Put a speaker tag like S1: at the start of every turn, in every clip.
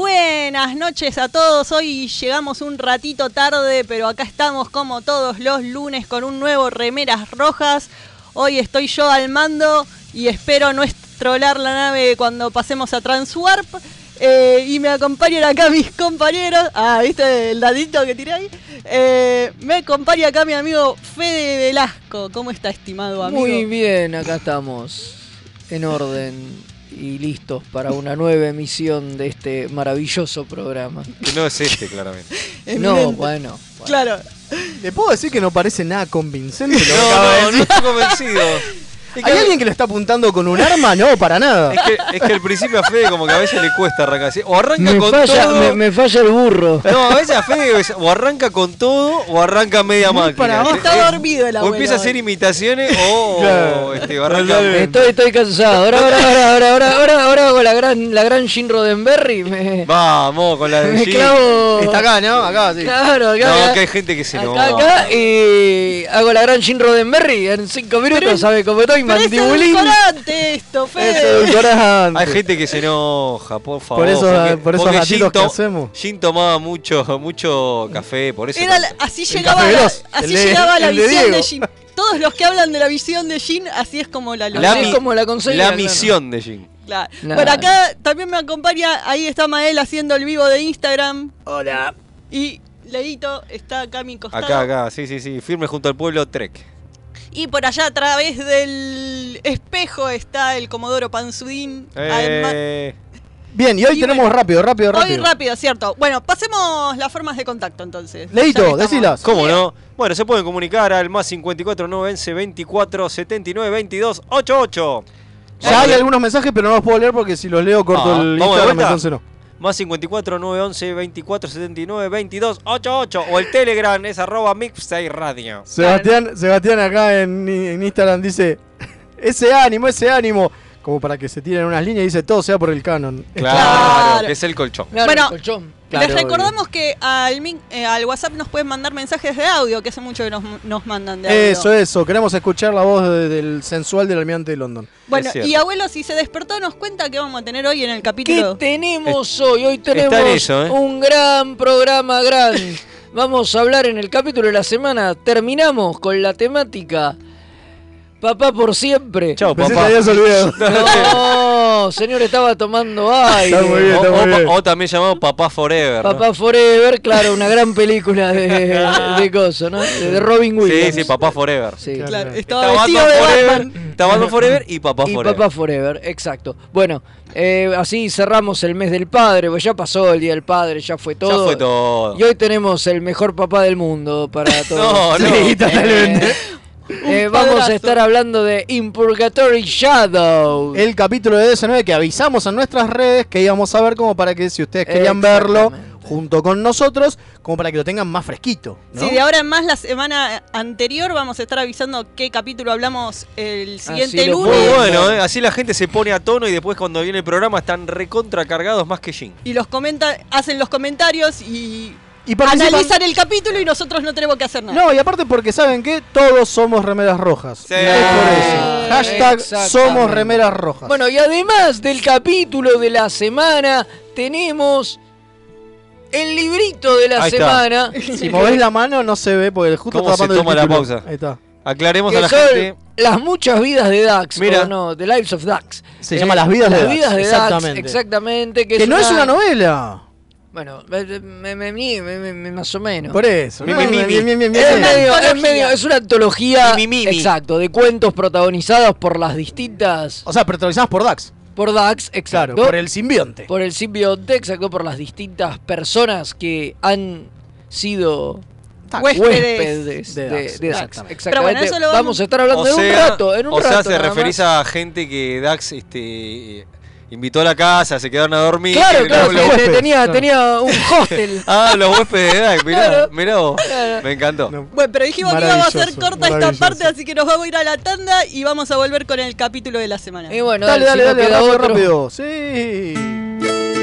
S1: buenas noches a todos. Hoy llegamos un ratito tarde, pero acá estamos como todos los lunes con un nuevo Remeras Rojas. Hoy estoy yo al mando y espero no estrolar la nave cuando pasemos a Transwarp. Eh, y me acompañan acá mis compañeros. Ah, ¿viste el dadito que tiré ahí? Eh, me acompaña acá mi amigo Fede Velasco. ¿Cómo está, estimado amigo?
S2: Muy bien, acá estamos. En orden y listos para una nueva emisión de este maravilloso programa.
S3: Que no es este, claramente.
S2: No,
S1: Evidente.
S2: bueno. bueno.
S1: Claro,
S4: Le puedo decir que no parece nada convincente. lo que acaba de
S3: No, no,
S4: decir.
S3: no estoy convencido. Es que,
S4: ¿Hay alguien que lo está apuntando con un arma? No, para nada.
S3: es que- es que al principio a Fede como que a veces le cuesta arrancar así. O arranca
S2: Me
S3: con
S2: falla,
S3: todo.
S2: me, me falla el burro.
S3: No, a veces a Fede o arranca con todo o arranca media
S4: Muy
S3: máquina.
S4: para abajo.
S3: Eh,
S1: está dormido el
S3: O
S1: abuelo.
S3: empieza a hacer imitaciones o,
S4: Claro.
S3: este, arranca.
S2: Estoy, estoy cansado. Ahora, ahora, ahora, ahora, ahora, ahora, ahora hago la gran, la gran Jim Roddenberry. Me,
S3: Vamos, con la de
S2: me
S3: Jim.
S2: clavo.
S4: Está acá, ¿no? Acá, sí.
S2: Claro, acá.
S3: No,
S2: acá.
S3: que hay gente que se
S2: acá,
S3: enoja.
S2: acá, y hago la gran Jim Roddenberry en 5 minutos, ¿sabe cómo estoy?
S1: Pero es
S2: Mandibulín.
S1: edulcorante esto,
S4: Es
S1: Fede.
S4: edulcorante.
S3: Hay gente que se enoja, por favor.
S4: Por eso-
S3: porque-
S4: por esos
S3: porque
S4: gatitos
S3: Jim
S4: que
S3: to-
S4: hacemos.
S3: Jim tomaba mucho, mucho café, por eso.
S1: Era la-
S3: tanto.
S1: así
S4: El
S1: llegaba,
S4: Café
S1: la,
S4: Veloz,
S1: así
S4: el de-
S1: llegaba la
S4: el de
S1: visión de,
S4: Diego.
S1: Jin. Todos los que hablan de la visión de Jin, así es como la
S3: La
S1: logran.
S3: mi-
S2: es como la conseguí,
S3: la
S2: claro.
S3: misión de Jim.
S1: Claro.
S2: Nah.
S1: Bueno, acá también me acompaña, ahí está Mael haciendo el vivo de Instagram.
S4: Hola.
S1: Y Leito está acá a mi costado.
S3: Acá, acá, sí, sí, sí. Firme junto al pueblo Trek.
S1: Y por allá a través del espejo está el Comodoro Panzudín. Además-
S3: Eh,
S4: Bien, y hoy
S1: Y
S4: tenemos
S1: bueno,
S4: rápido, rápido,
S1: Hoy
S4: rápido.
S1: rápido, cierto. Bueno, pasemos las formas de contacto entonces.
S4: Leito,
S1: Ya que estamos.
S4: decilas.
S3: ¿Cómo no? Bueno, se pueden comunicar al más 54 911 24 79 22 88.
S4: Ya hay algunos mensajes, pero no los puedo leer porque si los leo corto
S3: Ah, ¿vamos
S4: el
S3: de
S4: Instagram,
S3: vuelta?
S4: entonces no.
S3: Más 54 911 24 79 22 88. O el Telegram es arroba Mixtape Radio.
S4: Sebastián, Sebastián acá en, en Instagram dice, ese ánimo, ese ánimo. Como para que se tiren unas líneas y dice, todo sea por el canon.
S3: Eh,
S1: Claro.
S3: que es el colchón.
S2: Claro,
S1: Bueno,
S2: el colchón.
S4: Claro,
S1: Les recordamos que al, min- eh, al WhatsApp nos pueden mandar mensajes de audio, que hace mucho que nos, nos mandan de audio.
S4: eh, Eso, eso, queremos escuchar la voz de- del sensual del almirante de London.
S1: Bueno,
S3: Es cierto.
S1: y abuelo, si se despertó, nos cuenta que vamos a tener hoy en el capítulo.
S2: ¿Qué tenemos hoy? Hoy tenemos
S3: está en eso, ¿eh?
S2: un gran programa, gran. Vamos a hablar en el capítulo de la semana. Terminamos con la temática. Papá por siempre.
S3: Chao,
S4: Pensé
S3: papá.
S4: que habías olvidado.
S2: No, señor, estaba tomando
S4: Está muy
S2: aire.
S4: bien.
S3: O, o
S4: bien.
S3: pa- o también llamado Papá Forever. ¿no?
S2: Papá Forever, claro, una gran película de, de coso, ¿no? De de Robin
S3: Sí,
S2: Williams.
S3: sí, Papá Forever.
S2: Sí.
S4: Claro.
S1: Claro, estaba
S3: Está
S1: vestido
S3: Batman
S1: de
S3: Forever,
S1: Batman.
S3: está Batman Forever y Papá
S2: y
S3: Forever.
S2: Papá Forever, exacto. Bueno, eh, así cerramos el mes del padre, porque ya pasó el día del padre, ya fue todo.
S3: Ya fue todo.
S2: Y hoy tenemos el mejor papá del mundo para
S3: No,
S2: todos.
S3: no. Sí,
S4: totalmente.
S2: Eh,
S1: Un
S2: vamos
S1: padrazo.
S2: a estar hablando de Impurgatory Shadow.
S4: El capítulo de 19 que avisamos en nuestras redes que íbamos a ver como para que si ustedes querían verlo
S2: Exactamente.
S4: junto con nosotros, como para que lo tengan más fresquito. ¿no?
S1: Sí, de ahora en más, la semana anterior vamos a estar avisando qué capítulo hablamos el
S4: Ah,
S1: siguiente
S2: lo
S1: lunes.
S3: Muy
S2: Bien.
S3: bueno, ¿eh? así la gente se pone a tono y después cuando viene el programa están recontracargados más que Jin.
S1: Y los comenta, hacen los comentarios y
S4: Y participan-
S1: analizan el capítulo y nosotros no tenemos que hacer nada.
S4: No, y aparte porque saben que todos somos remeras rojas.
S3: Sí.
S4: Es por eso. Hashtag
S2: Exactamente.
S4: somos remeras rojas.
S2: Bueno, y además del capítulo de la semana, tenemos el librito de la
S3: Ahí está.
S2: semana.
S4: si movés la mano no se ve porque justo
S3: ¿Cómo
S4: está tapando
S3: se
S4: el
S3: toma la
S4: título.
S3: pausa?
S4: Ahí está.
S3: Aclaremos a
S2: Que
S3: la
S2: son
S3: gente.
S2: las muchas vidas de Dax,
S3: Mira.
S2: o no, The Lives of Dax.
S4: Se llama Las vidas de Dax,
S2: exactamente.
S4: exactamente.
S2: exactamente que
S4: Que no es una novela.
S2: Bueno, me- me- me- me- me- más o menos.
S4: Por eso.
S3: Mi,
S4: ¿no?
S3: mi, mi, mi.
S4: Bien, bien, bien, bien,
S2: Es
S4: bien.
S2: medio, es
S1: antología.
S2: medio- es una antología
S3: Mi, mi, mi, mi.
S2: exacto de cuentos protagonizados por las distintas
S4: O sea, protagonizadas por Dax.
S2: por Dax, exacto,
S4: Claro, por el simbionte.
S2: por el simbionte, exacto, por las distintas personas que han sido
S4: Tac.
S2: huéspedes de,
S4: De
S2: de
S4: Dax,
S2: Dax.
S4: exactamente.
S2: Exactamente.
S1: Pero bueno, eso lo
S2: vamos...
S1: vamos
S2: a estar hablando en un rato, en un
S3: o sea,
S2: rato
S3: se
S2: nada
S3: referís
S2: más.
S3: a gente que Dax este, eh, invitó a la casa, se quedaron a dormir.
S2: Claro,
S3: que
S2: claro,
S3: los-
S2: que
S3: los-
S4: huéspedes,
S2: tenía,
S4: claro.
S2: tenía un hostel.
S3: Ah, los huéspedes de Dax, mirá,
S2: Claro.
S3: mirá vos.
S2: Claro.
S3: Me encantó.
S4: No.
S1: Bueno, pero dijimos que íbamos a hacer
S4: Maravilloso,
S1: corta esta
S4: maravilloso.
S1: parte, así que nos vamos a ir a la tanda y vamos a volver con el capítulo de la semana.
S2: Y bueno,
S4: Dale,
S2: si
S4: dale,
S2: no
S4: dale,
S2: queda
S4: rápido,
S2: otro.
S4: rápido. Sí.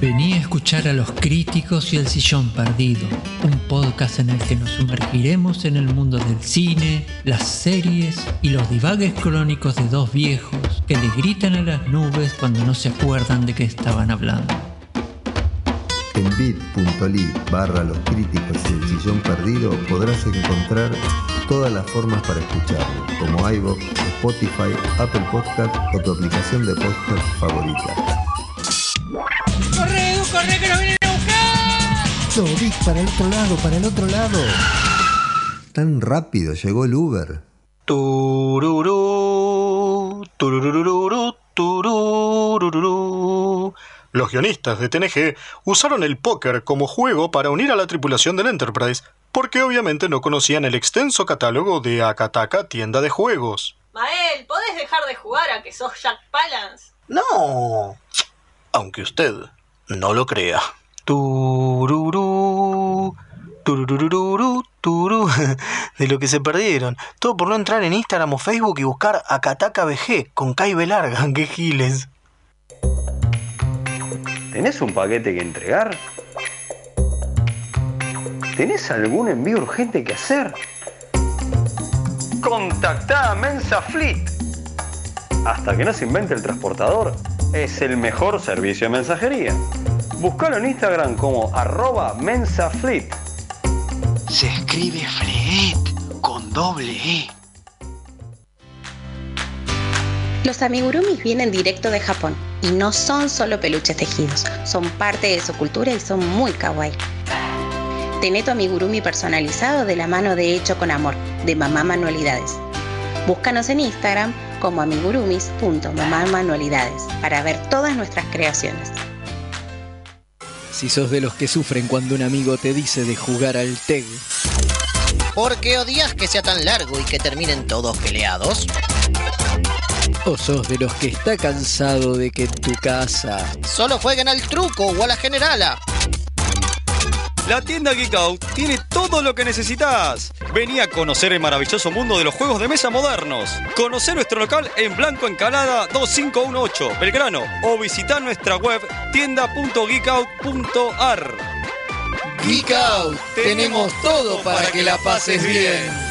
S5: Vení a escuchar a los críticos y el sillón perdido, un podcast en el que nos sumergiremos en el mundo del cine, las series y los divagues crónicos de dos viejos que le gritan a las nubes cuando no se acuerdan de qué estaban hablando.
S6: En bit.ly barra los críticos y el sillón perdido podrás encontrar todas las formas para escucharlo, como iVoox, Spotify, Apple Podcast o tu aplicación de podcast favorita. No, Vic, para el otro lado, para el otro lado. Tan rápido llegó el Uber.
S4: Tururú, tururururú, turururú. Los guionistas de TNG usaron el póker como juego para unir a la tripulación del Enterprise, porque obviamente no conocían el extenso catálogo de Akataka Tienda de Juegos.
S1: Mael, ¿podés dejar de jugar a que sos Jack Palance?
S4: No. Aunque usted no lo crea. Tururú. Tururururú, turú. De lo que se perdieron. Todo por no entrar en Instagram o Facebook y buscar a Kataka BG con Caibe Larga. ¡Qué giles!
S7: ¿Tenés un paquete que entregar? ¿Tenés algún envío urgente que hacer? Contactá a Mensa Fleet. Hasta que no se invente el transportador, es el mejor servicio de mensajería. Buscalo en Instagram como arroba mensafleet.
S8: Se escribe Fleet con doble E.
S9: Los amigurumis vienen directo de Japón y no son solo peluches tejidos, son parte de su cultura y son muy kawaii. Tené tu amigurumi personalizado de la mano de Hecho con Amor, de Mamá Manualidades. Búscanos en Instagram como amigurumis.mamamanualidades para ver todas nuestras creaciones.
S2: Si sos de los que sufren cuando un amigo te dice de jugar al TEG,
S8: ¿Por qué odias que sea tan largo y que terminen todos peleados?
S2: o sos de los que está cansado de que tu casa
S8: Solo jueguen al truco o a la generala.
S4: La tienda Geek Out tiene todo lo que necesitas. Vení a conocer el maravilloso mundo de los juegos de mesa modernos. Conocer nuestro local en Blanco Encalada 2518, Belgrano, o visitar nuestra web tienda.geekout.ar.
S2: Geek Out, tenemos todo para que la pases bien.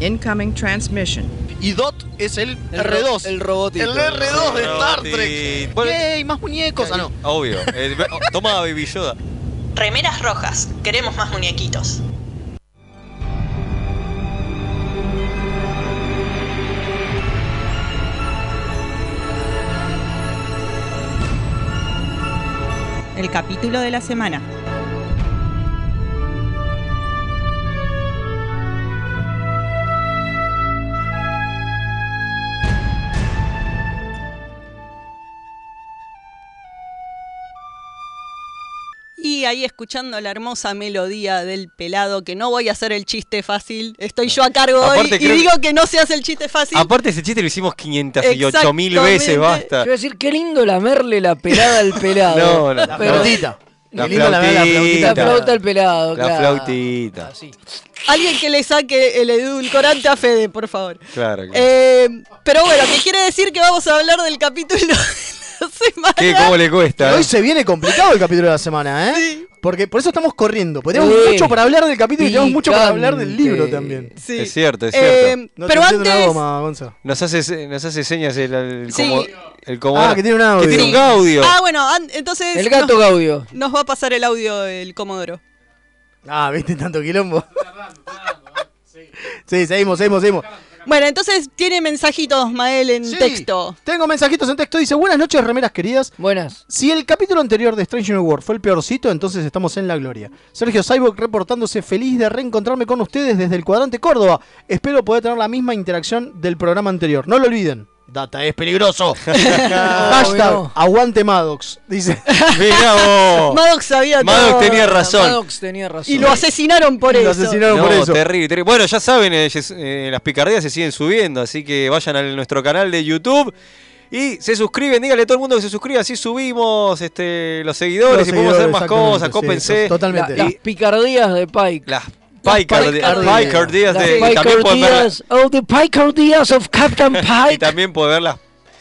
S10: Incoming transmission.
S11: Y Dot es el, R2.
S12: El robotito.
S11: El R2 de Star
S3: Robotito.
S11: Trek.
S3: Bueno,
S11: ¡Yay! Más muñecos. Ah, no.
S3: Obvio.
S4: eh,
S3: El-
S4: oh,
S3: toma Baby Yoda.
S10: Remeras rojas, queremos más muñequitos. El capítulo de la semana.
S1: Y ahí escuchando la hermosa melodía del pelado, que no voy a hacer el chiste fácil, estoy yo a cargo hoy
S3: Aparte
S1: y
S3: creo-
S1: digo que no se hace el chiste fácil.
S3: Aparte, ese chiste lo hicimos 508 mil veces,
S1: Exactamente.
S12: Yo
S3: basta.
S12: voy a decir, qué lindo lamerle la pelada al pelado.
S3: No, no,
S12: La
S3: no.
S12: Pero-
S11: Flautita.
S3: La
S11: Qué lindo la verdad, la
S3: flautita.
S12: La
S11: flautita.
S12: flauta al pelado,
S3: La
S12: claro.
S3: flautita.
S2: Ah,
S12: Así.
S1: Alguien que le saque el edulcorante a Fede, por favor.
S3: Claro. claro.
S1: Eh, pero bueno, que quiere decir que vamos a hablar del capítulo de la semana.
S3: ¿Qué? ¿Cómo le cuesta? eh?
S13: Hoy se viene complicado el capítulo de la semana, ¿eh? Porque por eso estamos corriendo. porque Tenemos
S12: Sí.
S13: mucho para hablar del capítulo y tenemos mucho para hablar del libro
S12: Picante.
S13: también.
S1: Sí.
S3: Es cierto, es
S1: Eh,
S3: cierto.
S13: No
S1: pero
S13: te entiendo
S1: antes,
S13: una goma, Gonza.
S3: Nos hace, nos hace señas el, el,
S1: Sí.
S3: como- el como-
S13: Ah, que tiene un audio.
S3: tiene
S1: Sí.
S3: un audio.
S1: Ah, bueno, an- entonces
S12: El gato Gaudio.
S1: Nos, nos va a pasar el audio el Comodoro.
S13: Ah, viste tanto quilombo. Sí, seguimos, seguimos, seguimos.
S1: Bueno, entonces tiene mensajitos, Mael, en
S4: Sí.
S1: texto.
S4: Tengo mensajitos en texto. Dice, buenas noches, remeras queridas.
S2: Buenas.
S4: Si el capítulo anterior de Strange New World fue el peorcito, entonces estamos en la gloria. Sergio Cyborg reportándose feliz de reencontrarme con ustedes desde el cuadrante Córdoba. Espero poder tener la misma interacción del programa anterior. No lo olviden. Data es peligroso. Hashtag aguante Maddox. Dice.
S3: Mirá vos.
S1: Maddox sabía
S3: Maddox
S1: todo.
S3: tenía razón.
S2: Maddox tenía razón.
S1: Y lo asesinaron por eso.
S3: No, terrible, terrible. Bueno, ya saben, eh, yes- eh, las picardías se siguen subiendo, así que vayan a nuestro canal de YouTube y se suscriben. Díganle a todo el mundo que se suscriba, así subimos este, los seguidores
S4: Los
S3: y podemos hacer
S4: seguidores,
S3: más
S4: exactamente,
S3: cosas.
S4: sí,
S3: Cópense.
S4: eso, totalmente.
S2: Las
S3: Y
S2: picardías de Pike.
S3: Las picardías. Las picardías de-
S2: Las
S3: y también pueden ver-
S2: picardías. Oh, the picardías of Captain
S3: y
S2: Pike.
S3: también poder ver las,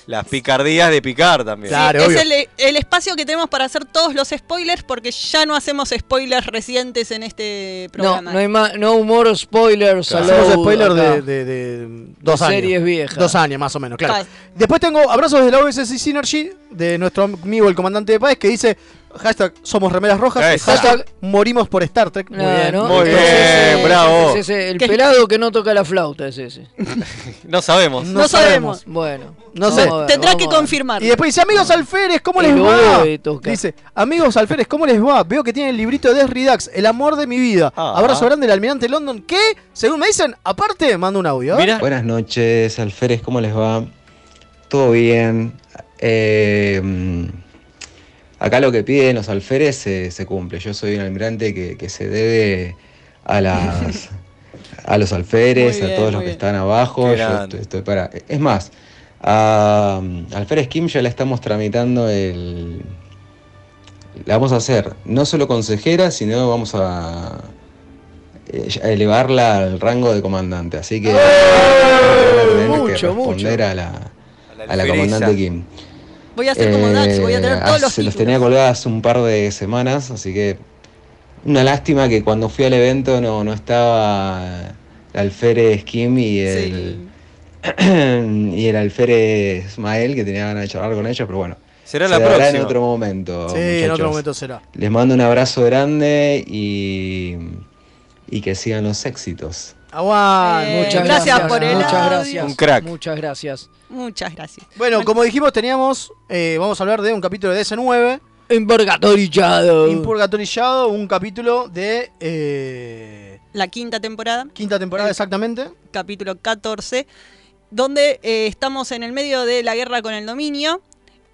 S3: las picardías de picar también.
S1: es el, el espacio que tenemos para hacer todos los spoilers porque ya no hacemos spoilers recientes en este
S2: No,
S1: programa.
S2: no hay más, no humor spoilers.
S4: Hacemos
S2: allowed
S4: spoiler
S2: acá.
S4: de, de- de dos
S2: De
S4: años.
S2: series viejas.
S4: Dos años más o menos, claro.
S2: Paz.
S4: Después tengo abrazos de la OSC Synergy, de nuestro amigo el comandante de Paz, que dice hashtag somos remeras rojas,
S3: Esa.
S4: hashtag morimos por Star Trek. Muy
S2: Claro,
S4: bien.
S2: ¿no?
S3: Muy bien,
S2: Entonces,
S3: bravo.
S2: es ese, el
S4: ¿Qué?
S2: pelado que no toca la flauta es ese.
S3: No sabemos.
S4: No sabemos.
S2: Bueno,
S4: No sé.
S2: vamos a ver,
S1: Tendrás
S2: vamos
S1: que
S2: a ver.
S1: confirmar.
S4: Y después dice, amigos alférez, ¿cómo les
S2: El
S4: va?
S2: huevo de Tosca.
S4: Dice, amigos alférez, ¿cómo les va? Veo que tienen el librito de Ridax, el amor de mi vida. Abrazo grande del almirante London, que, según me dicen, aparte, mando un audio. ¿eh?
S6: Buenas noches, Alférez, ¿cómo les va? ¿Todo bien? Eh, mm, acá lo que piden los alférez se, se cumple. Yo soy un almirante que, que se debe a las a los alférez,
S3: Muy bien,
S6: a todos
S3: muy
S6: los que
S3: bien.
S6: están abajo.
S3: Qué
S6: Yo
S3: grande.
S6: estoy, estoy para. Es más, a mm, Alférez Kim ya la estamos tramitando el. La vamos a hacer no solo consejera, sino vamos a eh, ya elevarla al rango de comandante. Así que
S2: ¡Eh!
S4: Eh,
S6: mucho, que responder a la, a la
S3: alféreza.
S6: comandante Kim.
S1: Voy a hacer como Dax, voy a tener
S6: Eh,
S1: todos los
S6: hace- los
S1: títulos.
S6: tenía colgadas un par de semanas, así que una lástima que cuando fui al evento no, no estaba el alférez Kim y el, y el alférez Mael, que tenía ganas de charlar con ellos, pero bueno.
S3: Será
S6: se
S3: la
S6: dará en
S3: próxima.
S6: otro momento.
S4: Sí, en otro
S6: muchachos.
S4: momento será.
S6: Les mando un abrazo grande y, y que sigan los éxitos.
S4: Aguán.
S1: Eh,
S2: Muchas
S1: gracias
S2: gracias,
S1: por el
S2: muchas
S1: audio.
S2: gracias.
S1: Un crack.
S2: Muchas gracias.
S1: Muchas gracias.
S4: Bueno, como dijimos, teníamos, eh, vamos a hablar de un capítulo de S9.
S1: Uh.
S2: Impurgatorillado.
S4: Impurgatorillado, un capítulo de eh,
S1: La quinta temporada.
S4: quinta temporada exactamente.
S1: capítulo 14, donde eh, estamos en el medio de la guerra con el dominio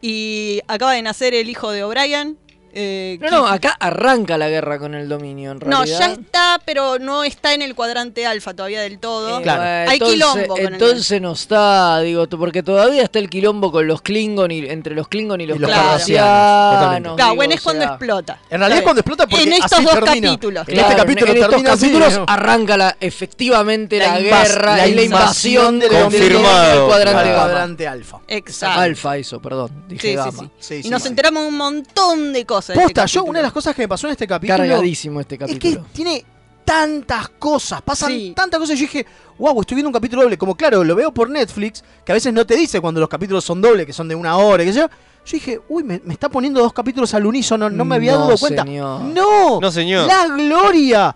S1: y acaba de nacer el hijo de O'Brien. eh,
S2: No, no,
S1: que-
S2: acá arranca la guerra con el dominio, en
S1: No, ya
S2: realidad.
S1: está, pero no está en el cuadrante alfa todavía del todo.
S2: Eh,
S1: Hay
S2: entonces,
S1: quilombo. con el-
S2: entonces no está, digo, t- porque todavía está el quilombo con los Klingon y entre los Klingon y los,
S4: los cardassianos,
S2: cardassianos.
S4: totalmente.
S1: Claro,
S2: digo,
S1: bueno, es
S2: o
S1: cuando
S2: sea,
S1: explota. Eh,
S4: En realidad es cuando explota porque
S1: En estos
S4: así
S1: dos
S4: termina.
S1: capítulos.
S4: En este
S2: claro,
S4: capítulo
S2: en estos
S4: termina así,
S2: capítulos
S4: ¿no?
S2: arranca la, efectivamente la,
S4: invas-
S2: guerra y la invasión del
S3: Confirmado.
S2: del cuadrante,
S4: Al
S2: gamma.
S4: cuadrante alfa.
S1: Exacto.
S2: Alfa, eso, perdón. Dije
S1: Sí, sí,
S2: gamma.
S1: sí.
S4: Sí,
S1: y
S4: sí,
S1: nos
S4: sí.
S1: enteramos un montón de cosas. de este
S4: Posta, yo
S1: capítulo.
S4: una de las cosas que me pasó en este capítulo
S2: Cargadísimo este
S4: es
S2: capítulo.
S4: que tiene tantas cosas, pasan
S1: Sí.
S4: tantas cosas. Yo dije, wow, estoy viendo un capítulo doble. Como claro, lo veo por Netflix, que a veces no te dice cuando los capítulos son doble, que son de una hora, que sé yo. Yo dije, uy, me, me está poniendo dos capítulos al unísono, no me había
S2: No,
S4: dado cuenta.
S2: señor.
S4: No,
S3: No, señor.
S4: la gloria.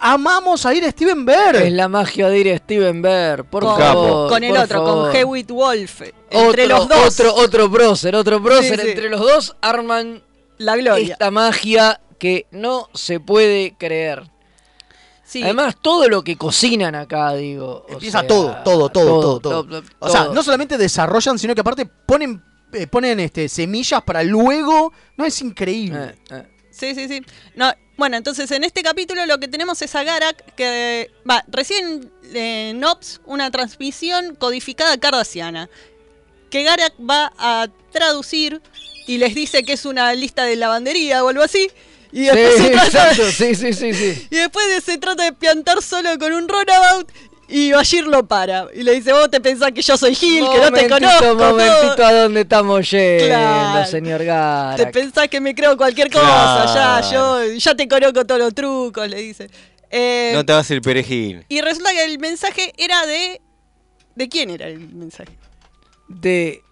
S4: Amamos a ir a Steven Bear.
S2: Es la magia de ir a Steven Bear, por
S1: Con,
S2: favor.
S1: con el
S2: por
S1: otro,
S2: favor.
S1: con Hewitt Wolf. Entre
S2: Otro-
S1: los dos.
S2: Otro, otro prócer, otro prócer.
S1: Sí, sí.
S2: Entre los dos arman
S1: la gloria.
S2: esta magia que no se puede creer.
S1: Sí.
S2: Además, todo lo que cocinan acá, digo. o
S4: Empieza
S2: sea,
S4: todo, todo, todo, todo, todo. O sea,
S2: todo.
S4: no solamente desarrollan, sino que aparte ponen, eh, ponen este, semillas para luego. No, es increíble.
S2: Eh, eh.
S1: Sí, sí, sí. No, bueno, entonces en este capítulo lo que tenemos es a Garak que va, recién eh, en Ops una transmisión codificada cardasiana que Garak va a traducir y les dice que es una lista de lavandería o algo así. Y después,
S2: Sí,
S1: se, trata,
S2: exacto, sí, sí, sí, sí.
S1: y después de- se trata de piantar solo con un runabout y Bashir lo para. Y le dice, vos te pensás que yo soy Gil, que no te conozco. todo.
S2: momentito, ¿a dónde estamos yendo,
S1: Claro.
S2: señor Gara?
S1: Te pensás que me creo cualquier cosa, ya, yo ya te conozco todos los trucos, le dice. Eh,
S3: No te vas el perejil.
S1: Y resulta que el mensaje era de. ¿De quién era el mensaje?
S2: De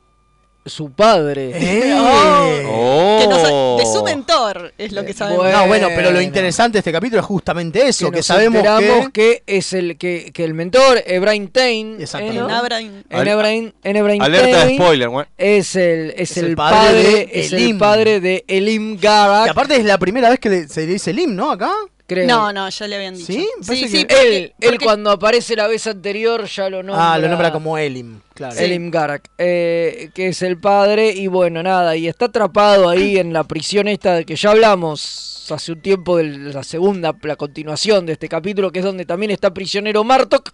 S2: su padre.
S4: Eh,
S1: Oh. Que no sa- de su mentor es lo que sabemos.
S4: no, Eh, bueno, pero lo interesante de este capítulo es justamente eso, que,
S2: nos
S4: sabemos
S2: enteramos
S4: que...
S2: que... es el que, que el mentor, Ebrain Tain,
S4: Exactamente.
S2: ¿eh, no?
S1: Ebrain.
S2: En Ebrain- en Ebrain
S3: Alerta de
S2: Tain,
S3: spoiler, bueno.
S2: Es el, es el, padre,
S4: de
S2: es
S4: Elim.
S2: el padre de Elim Garak.
S4: Y aparte es la primera vez que le- se le dice Lim, ¿no? Acá.
S2: creo.
S1: No, no, ya le habían dicho.
S4: ¿Sí?
S1: Sí,
S4: Parece
S1: sí,
S4: que-
S1: porque-
S2: él, él
S1: porque-
S2: cuando aparece la vez anterior ya lo nombra.
S4: Ah, lo nombra como Elim, claro.
S2: Elim Garak, eh, que es el padre, y bueno, nada, y está atrapado ahí en la prisión esta de que ya hablamos hace un tiempo de la segunda, la continuación de este capítulo, que es donde también está prisionero Martok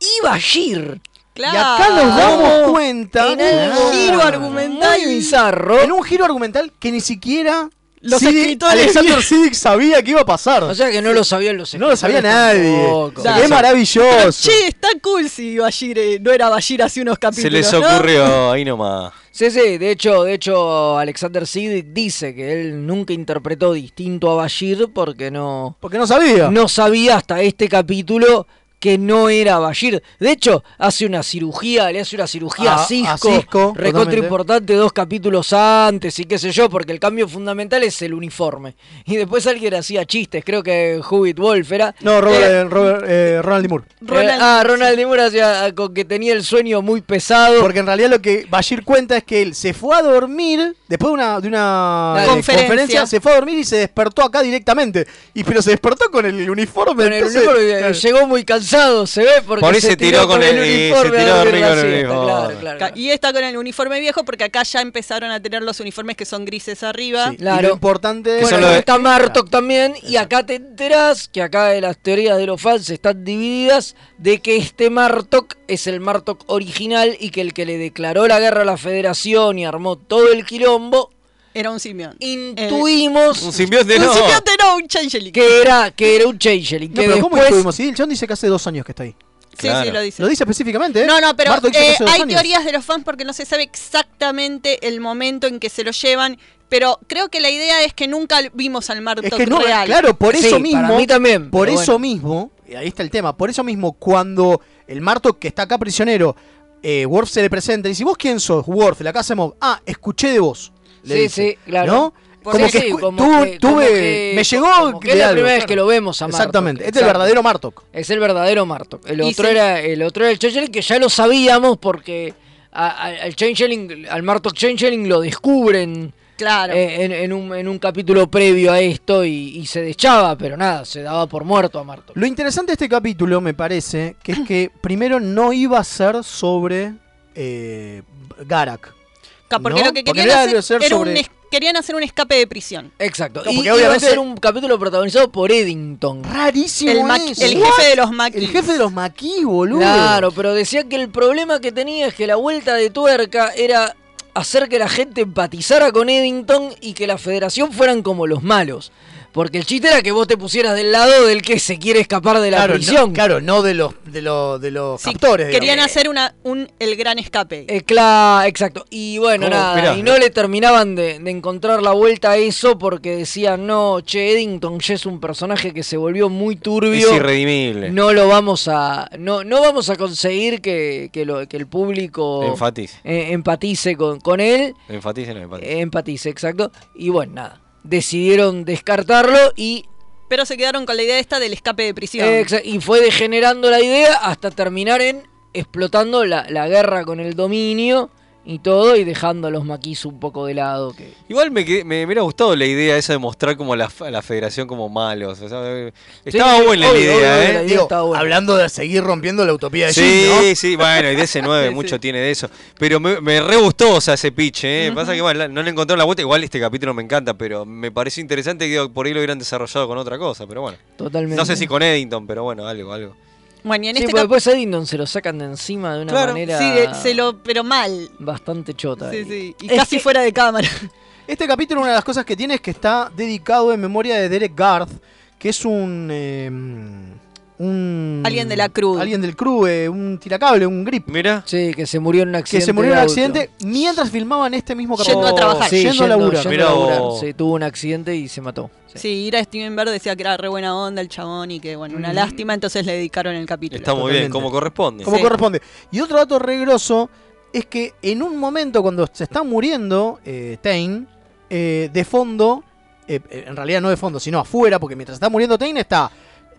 S2: y Bashir.
S1: Claro.
S4: Y acá nos damos cuenta.
S2: Ah, En algo
S4: Claro.
S2: giro argumental. Muy bizarro.
S4: En un giro argumental que ni siquiera.
S2: Los
S4: Siddiq-
S2: escritores-
S4: Alexander Siddick sabía que iba a pasar.
S2: O sea que no lo sabían los
S4: no lo sabía nadie.
S2: tampoco.
S4: Qué maravilloso.
S1: Che, está cool si Bashir eh, no era Bashir hace unos capítulos.
S3: Se les
S1: ¿no?
S3: ocurrió ahí nomás.
S2: Sí, sí, de hecho, de hecho Alexander Siddick dice que él nunca interpretó distinto a Bashir porque no...
S4: Porque no sabía.
S2: No sabía hasta este capítulo que no era Bashir. De hecho, hace una cirugía, le hace una cirugía
S4: A-
S2: a
S4: Ah, a
S2: Cisco,
S4: Cisco,
S2: recontra
S4: totalmente.
S2: importante dos capítulos antes y qué sé yo, porque el cambio fundamental es el uniforme. Y después alguien hacía chistes, creo que Hobbit Wolf era.
S4: No, Robert,
S2: era-
S4: eh, Robert, eh, Ronald D. Moore.
S2: era- ah, Ronald D. Moore hacía con que tenía el sueño muy pesado.
S4: Porque en realidad lo que Bashir cuenta es que él se fue a dormir después de una, de una
S2: Dale.
S4: eh,
S2: Conferencia.
S4: se fue a dormir y se despertó acá directamente. Y pero se despertó con el uniforme.
S2: Con el
S4: entonces-
S2: uniforme, eh, llegó muy cansado, se ve, porque
S3: Por ahí se tiró con el- y se
S2: a
S3: tiró
S2: dormir
S3: arriba
S2: la
S3: con el
S2: siesta,
S3: uniforme.
S2: claro, claro.
S1: Ca- Y está con el uniforme viejo porque acá ya empezaron a tener los uniformes que son grises arriba.
S4: Sí, y lo importante
S2: Bueno,
S4: es
S2: acá está Martok también, y acá te enterás que acá de las teorías de los fans están divididas de que este Martok es el Martok original y que el que le declaró la guerra a la Federación y armó todo el quilombo,
S1: Era un simión. Eh,
S2: Intuimos-
S3: Un simbionte
S1: un
S3: no.
S1: simbionte no, un changeling.
S2: que era, que era un Changeling.
S4: No,
S2: Que
S4: pero ¿cómo
S2: después,
S4: estuvimos? Sí, el John dice que hace dos años que está ahí.
S1: Sí, sí, lo dice.
S4: Lo dice específicamente, ¿eh?
S1: No, no, pero
S4: Bartok dice
S1: eh,
S4: que hace dos
S1: hay
S4: años.
S1: teorías de los fans porque no se sabe exactamente el momento en que se lo llevan. Pero creo que la idea es que nunca vimos al Martok
S4: Es que no,
S1: real.
S4: claro, por
S2: Sí,
S4: eso
S2: para
S4: mismo.
S2: mí también,
S4: Por
S2: pero
S4: eso
S2: bueno.
S4: mismo, y ahí está el tema, por eso mismo, cuando el Martok que está acá prisionero, eh, Worf se le presenta y dice: ¿Vos quién sos? Worf, la casa de Mob. Ah, escuché de vos. le
S2: Sí,
S4: dice,
S2: sí, claro.
S4: ¿No?
S2: Por-
S4: como
S2: sí,
S4: que,
S2: sí,
S4: escu-
S2: como
S4: tuve,
S2: que- como
S4: tuve-
S2: que-
S4: me llegó
S2: como que es
S4: de
S2: la
S4: algo,
S2: primera vez
S4: claro.
S2: que lo vemos a Martok,
S4: Exactamente, este es el
S2: exacto.
S4: verdadero Martok.
S2: Es el verdadero Martok. El
S1: Y
S2: otro
S1: sí.
S2: era el otro era el Changeling, que ya lo sabíamos porque a- a- al Changeling, al Martok Changeling lo descubren
S1: Claro.
S2: eh, en, en un, en un capítulo previo a esto y, y se dechaba, pero nada, se daba por muerto a Martok.
S4: Lo interesante de este capítulo, me parece, que es que primero no iba a ser sobre eh, Garak.
S1: Ca- porque
S4: ¿no?
S1: lo que
S4: Porque
S1: querían
S4: era
S1: hacer,
S4: de ser
S1: era
S4: sobre-
S1: un es- querían hacer un escape de prisión.
S2: Exacto.
S4: No,
S2: y
S4: porque
S2: iba
S4: obviamente-
S2: a ser un capítulo protagonizado por Eddington.
S4: Rarísimo.
S1: El, maqui-
S4: eso.
S1: el
S4: What?
S1: jefe de los maquis.
S4: El jefe de los maquis, boludo.
S2: Claro, pero decía que el problema que tenía es que la vuelta de tuerca era hacer que la gente empatizara con Eddington y que la federación fueran como los malos. Porque el chiste era que vos te pusieras del lado del que se quiere escapar de la
S4: Claro,
S2: prisión.
S4: No, claro, no de los, de los, de los
S1: Sí,
S4: captores.
S1: querían
S4: digamos. Eh.
S1: hacer una, un, el gran escape.
S2: Eh, cla- exacto. Y bueno,
S3: Oh,
S2: nada,
S3: mirá.
S2: y no le terminaban de, de encontrar la vuelta a eso porque decían, no, che, Eddington ya es un personaje que se volvió muy turbio.
S3: Es irredimible.
S2: No lo vamos a. No, no vamos a conseguir que, que lo- que el público
S3: Enfatice.
S2: eh, empatice con, con él.
S3: Enfatice, no enfatice.
S2: Eh, empatice, exacto. Y bueno, nada. Decidieron descartarlo y,
S1: Pero se quedaron con la idea esta del escape de prisión.
S2: eh, exa- y fue degenerando la idea hasta terminar en explotando la, la guerra con el dominio y todo y dejando a los maquis un poco de lado. Que,
S3: Igual me, quedé- me, me hubiera gustado la idea esa de mostrar como la, a la federación como malos. o sea, eh, estaba
S2: sí,
S3: buena
S2: obvio,
S3: la idea,
S2: obvio,
S3: ¿eh?
S2: la idea
S4: Digo,
S2: estaba buena.
S4: hablando de seguir rompiendo la utopía de
S3: Sí,
S4: Jin, ¿no?
S3: sí, bueno, y de ese 9 mucho tiene de eso. Pero me, me re gustó, o sea, ese pitch, ¿eh? Pasa que bueno, la- no le encontraron la vuelta. Igual este capítulo me encanta, pero me pareció interesante que digo, por ahí lo hubieran desarrollado con otra cosa, pero bueno.
S2: Totalmente.
S3: No sé si con Eddington, pero bueno, algo, algo.
S1: Bueno, y en
S2: Sí,
S1: este
S2: porque
S1: cap-
S2: después a Dindon se lo sacan de encima de una
S1: Claro,
S2: manera
S1: sí, eh, se lo, pero mal.
S2: bastante chota.
S1: Sí,
S2: y-
S1: sí. Y
S2: Es
S1: casi
S2: que-
S1: fuera de cámara.
S4: Este capítulo, una de las cosas que tiene es que está dedicado en memoria de Derek Garth, que es un. eh, un
S1: Alguien de la crew.
S4: Alguien del crew, eh, un tiracable, un grip.
S3: Mira,
S2: Sí, que se murió en un
S4: Que
S2: accidente.
S4: se murió en
S2: de
S4: un
S2: auto.
S4: accidente mientras filmaban este mismo capítulo.
S1: Yendo a trabajar.
S2: Sí,
S4: yendo, a laburar.
S2: yendo
S3: Mirá
S2: a laburar.
S3: vos.
S2: Sí, tuvo un accidente y se mató. Sí.
S1: Sí, ir a Steven Bear decía que era re buena onda el chabón y que, bueno, una lástima, entonces le dedicaron el capítulo.
S3: está muy bien,
S4: totalmente.
S3: como corresponde.
S4: Como
S1: Sí.
S4: corresponde. Y otro dato regroso es que en un momento cuando se está muriendo eh, Tain, eh, de fondo, eh, eh, en realidad no de fondo, sino afuera, porque mientras está muriendo Tain está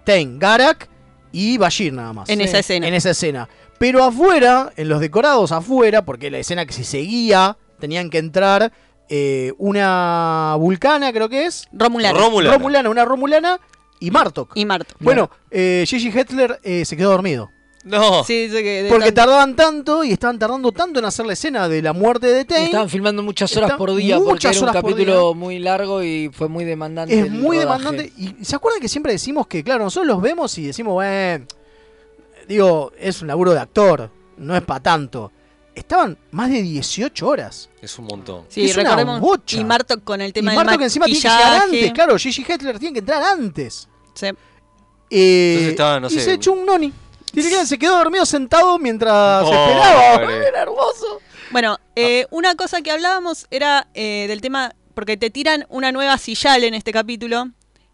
S4: Tain, Garak y Bashir nada más.
S1: En esa escena.
S4: En esa escena. Pero afuera, en los decorados afuera, porque la escena que se seguía, tenían que entrar eh, una vulcana, creo que es.
S1: Romulana.
S3: Romulana.
S4: Romulana, una Romulana y Martok.
S1: Y Martok.
S4: Bueno, eh, Gigi Hetler eh, se quedó dormido.
S3: No.
S1: Sí, dice que de
S4: Porque
S1: tanto-
S4: tardaban tanto y estaban tardando tanto en hacer la escena de la muerte de Tain.
S2: Estaban filmando muchas horas
S4: Está-
S2: por día porque
S4: muchas
S2: era un
S4: horas por
S2: capítulo muy largo y fue muy demandante.
S4: Es
S2: el
S4: muy
S2: rodaje.
S4: demandante. Y ¿se acuerdan que siempre decimos que, claro, nosotros los vemos y decimos, bueno, digo, es un laburo de actor, no es para tanto. Estaban más de 18 horas.
S3: Es un montón.
S1: Sí,
S4: es una
S1: recordemos.
S4: bocha.
S1: y Martok con el
S4: Y
S1: tema del
S4: Marto que encima tiene que llegar
S1: maquillaje.
S4: antes, claro, Gigi Hetler tiene que entrar antes.
S1: Sí.
S4: Eh,
S3: Entonces estaba, no
S4: y
S3: sé,
S4: se echó un noni. Tiene que- se quedó dormido sentado mientras
S3: Oh,
S4: esperaba.
S3: pobre.
S4: Era hermoso.
S1: Bueno, eh, una cosa que hablábamos era eh, del tema, porque te tiran una nueva Sillal en este capítulo,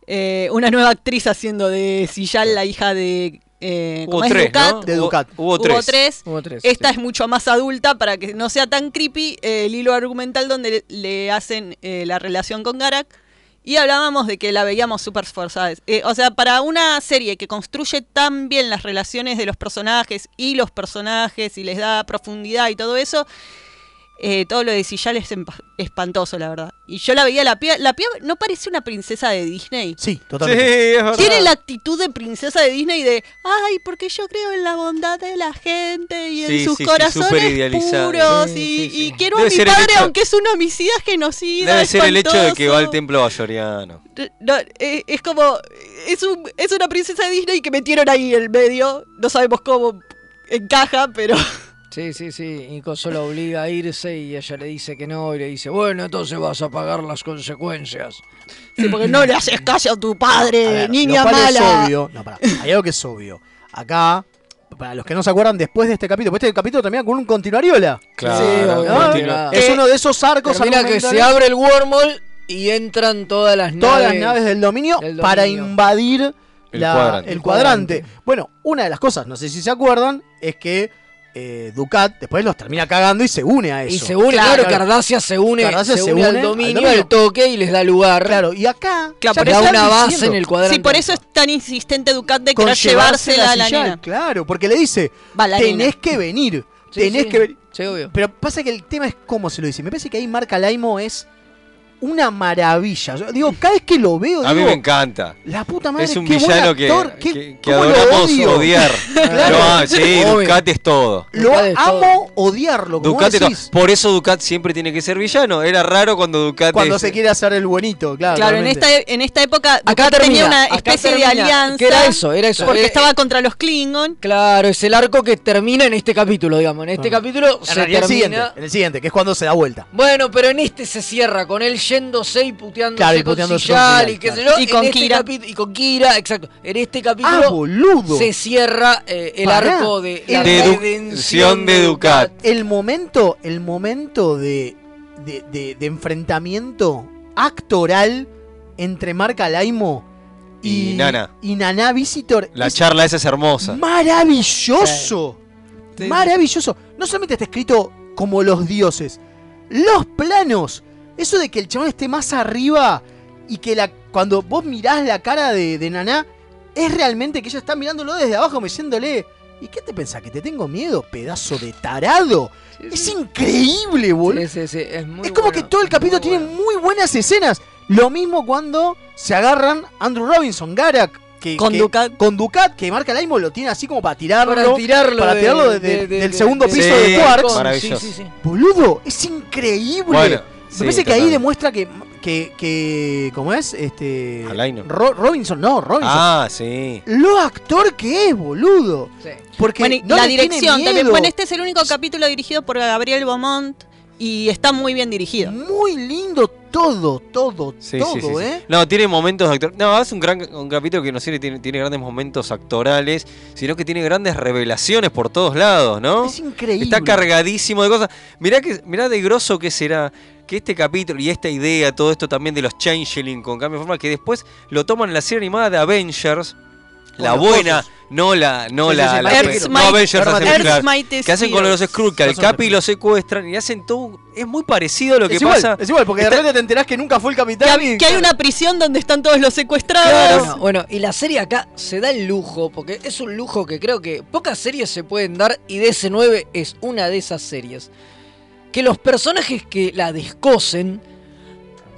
S1: eh, una nueva actriz haciendo de Sillal la hija de... Eh,
S3: Hubo
S1: ¿cómo es?
S3: tres,
S1: Ducat.
S3: ¿no?
S4: De Ducat.
S3: Hubo, hubo tres.
S2: Hubo tres,
S1: Esta
S2: sí.
S1: es mucho más adulta para que no sea tan creepy eh, el hilo argumental donde le, le hacen eh, la relación con Garak. Y hablábamos de que la veíamos súper forzada. Eh, o sea, para una serie que construye tan bien las relaciones de los personajes y los personajes y les da profundidad y todo eso, eh, todo lo de Sillal es empa- espantoso, la verdad. Y yo la veía la piba. La piba no parece una princesa de Disney.
S4: Sí,
S3: Sí,
S4: totalmente.
S3: es verdad.
S1: Tiene la actitud de princesa de Disney de, ay, porque yo creo en la bondad de la gente y en
S3: Sí,
S1: sus
S3: sí, sí, súper
S1: corazones
S3: idealizada.
S1: puros
S2: Sí,
S1: y,
S2: sí, sí.
S1: y quiero
S3: Debe
S1: a mi
S3: ser el
S1: padre
S3: hecho-
S1: aunque es un homicida genocida.
S3: Debe ser el hecho de que va al
S1: espantoso".
S3: templo bayoriano.
S1: No, eh, es como, es, un- es una princesa de Disney que metieron ahí en el medio, no sabemos cómo encaja, pero...
S2: Sí, sí, sí. Y Coso la obliga a irse y ella le dice que no y le dice, bueno, entonces vas a pagar las consecuencias.
S1: Sí, porque no le haces caso a tu
S2: Eh,
S1: padre,
S4: A ver,
S1: niña
S4: lo cual
S1: mala.
S4: Es obvio. No, pará, hay algo que es obvio. Acá, para los que no se acuerdan, después de este capítulo, porque este capítulo termina con un continuariola.
S3: Claro.
S2: obvio.
S3: continúa.
S2: Continúa.
S4: Es
S2: Eh,
S4: uno de esos arcos
S2: Mira que se
S4: argumentales.
S2: abre el wormhole y entran todas las
S4: todas
S2: naves.
S4: las naves del dominio,
S2: del
S4: para
S2: dominio.
S4: invadir
S3: El
S4: la-
S3: cuadrante.
S4: el cuadrante. Bueno, una de las cosas, no sé si se acuerdan, es que eh, Ducat después los termina cagando y se une a eso.
S2: Y se une, claro, Cardacia se une,
S4: Cardacia
S2: se une al dominio, al,
S4: dominio.
S2: toque y les da lugar.
S4: Claro, y acá
S1: Claro, por
S2: Le
S4: ya me
S2: da
S4: están
S2: una base
S4: diciendo,
S2: en el cuadrante.
S1: Sí, por eso es tan insistente Ducat de
S4: con
S1: querer llevársela a la
S4: Sillal,
S1: nena.
S4: Claro, porque le dice,
S1: Va, la nena.
S4: tenés que venir,
S2: Sí,
S4: tenés
S2: sí.
S4: que venir.
S2: Sí, obvio.
S4: Pero pasa que el tema es cómo se lo dice. Me parece que ahí Marca Laimo es una maravilla. Yo digo, cada vez que lo veo, digo,
S3: A mí me encanta.
S4: la puta madre,
S3: es un
S4: qué buen
S3: villano que,
S4: actor, qué-
S3: que, que
S4: cómo lo
S3: adoramos
S4: odio.
S3: odiar.
S4: Claro.
S3: No, sí,
S2: Obvio.
S3: Ducat es todo.
S4: Lo
S2: Ducat es
S4: amo odiarlo, como
S3: Ducat es todo.
S4: decís.
S3: Por eso Ducat siempre tiene que ser villano. Era raro cuando Ducat.
S4: Cuando
S3: es-
S4: se quiere hacer el buenito, claro.
S1: Claro, en
S4: realmente.
S1: esta, en esta época
S2: Ah, Acá
S1: Ducat tenía
S2: termina,
S1: una
S2: acá
S1: especie de
S2: termina.
S1: alianza.
S2: ¿Qué era eso? Era eso.
S1: Porque
S2: Eh,
S1: estaba contra los Klingon.
S2: Claro, es el arco que termina en este capítulo, digamos. En este
S4: Bueno,
S2: capítulo
S4: En
S2: se
S4: realidad, el siguiente,
S2: termina.
S4: en el siguiente, que es cuando se da vuelta.
S2: Bueno, pero en este se cierra con él yéndose y puteándose
S4: Claro, y
S2: con
S4: puteándose
S2: Sillal
S4: con Sillal,
S2: y qué sé
S1: claro.
S2: yo.
S1: Y
S2: en
S1: con
S2: este
S1: Kira.
S2: capi- Y con Kira, exacto. En este capítulo
S4: ¡Ah, boludo!
S2: se cierra eh, el
S4: Pará.
S2: arco de la
S4: De Edu-
S2: redención
S3: de Ducat.
S4: El momento, el momento de, de, de- de enfrentamiento actoral entre Marca Laimo
S3: Y
S4: y,
S3: Nana.
S4: Y Nana Visitor.
S3: La
S4: es
S3: charla esa es hermosa.
S4: Maravilloso.
S2: Sí.
S4: Maravilloso. No solamente está escrito como los dioses. Los planos. Eso de que el chabón esté más arriba y que la, cuando vos mirás la cara de, de Naná, es realmente que ella está mirándolo desde abajo, como diciéndole, ¿y qué te pensás? ¿Que te tengo miedo, pedazo de tarado? Es increíble, boludo.
S2: Sí, sí, sí, es muy
S4: es como
S2: bueno,
S4: que todo el
S2: es
S4: capítulo
S2: muy
S4: tiene
S2: bueno.
S4: muy buenas escenas. Lo mismo cuando se agarran Andrew Robinson, Garak. Que,
S1: Con
S4: que-
S1: Ducat.
S4: con Ducat, que marca Laimo lo tiene así como para tirarlo.
S2: Para tirarlo,
S4: para
S2: de-
S4: tirarlo de-
S2: de-
S4: de-
S2: de-
S4: del
S2: de-
S4: segundo
S2: de-
S4: piso
S3: Sí,
S4: de Quarks.
S2: Sí,
S3: Maravilloso.
S2: sí, sí, sí.
S4: Boludo, es increíble.
S3: Bueno,
S4: Me
S3: sí,
S4: parece que ahí
S3: total.
S4: demuestra que, que, que- ¿cómo es? Este.
S3: Alaino.
S4: Ro- Robinson, no, Robinson.
S3: Ah, sí.
S4: Lo actor que es, boludo.
S2: Sí.
S4: Porque
S1: Bueno, y
S4: no
S1: la
S4: le tiene
S1: dirección también.
S4: miedo.
S1: Bueno, este es el único capítulo dirigido por Gabriel Beaumont y está muy bien dirigido.
S4: Muy lindo todo, todo,
S3: Sí,
S4: todo,
S3: sí, sí, sí.
S4: ¿eh?
S3: No, tiene momentos de actor. No, es un gran un capítulo que no solo tiene, tiene grandes momentos actorales, sino que tiene grandes revelaciones por todos lados, ¿no?
S4: Es increíble.
S3: Está cargadísimo de cosas. Mirá, que, mirá de grosso que será que este capítulo y esta idea, todo esto también de los Changeling con cambio de forma, que después lo toman en la serie animada de Avengers,
S4: Con
S3: la
S4: los
S3: buena,
S4: cosos.
S3: no la, no
S1: Sí, sí,
S3: la,
S1: sí,
S3: la-
S1: Earth's
S3: no
S1: Might-
S3: Avengers
S1: Earth's
S3: hacen, claro,
S1: Mighty
S3: que hacen con los
S1: Heroes.
S3: Skrull, que al
S1: Los
S3: Capi lo secuestran y hacen todo, es muy parecido a lo que
S4: es igual,
S3: pasa.
S4: Es igual, porque de
S3: Está-
S4: repente te enterás que nunca fue el
S1: Que,
S4: capitán.
S1: hab- que hay una prisión donde están todos los
S2: Claro,
S1: secuestrados.
S2: bueno, bueno, y la serie acá se da el lujo, porque es un lujo que creo que pocas series se pueden dar y DC9 es una de esas series. Que los personajes que la descosen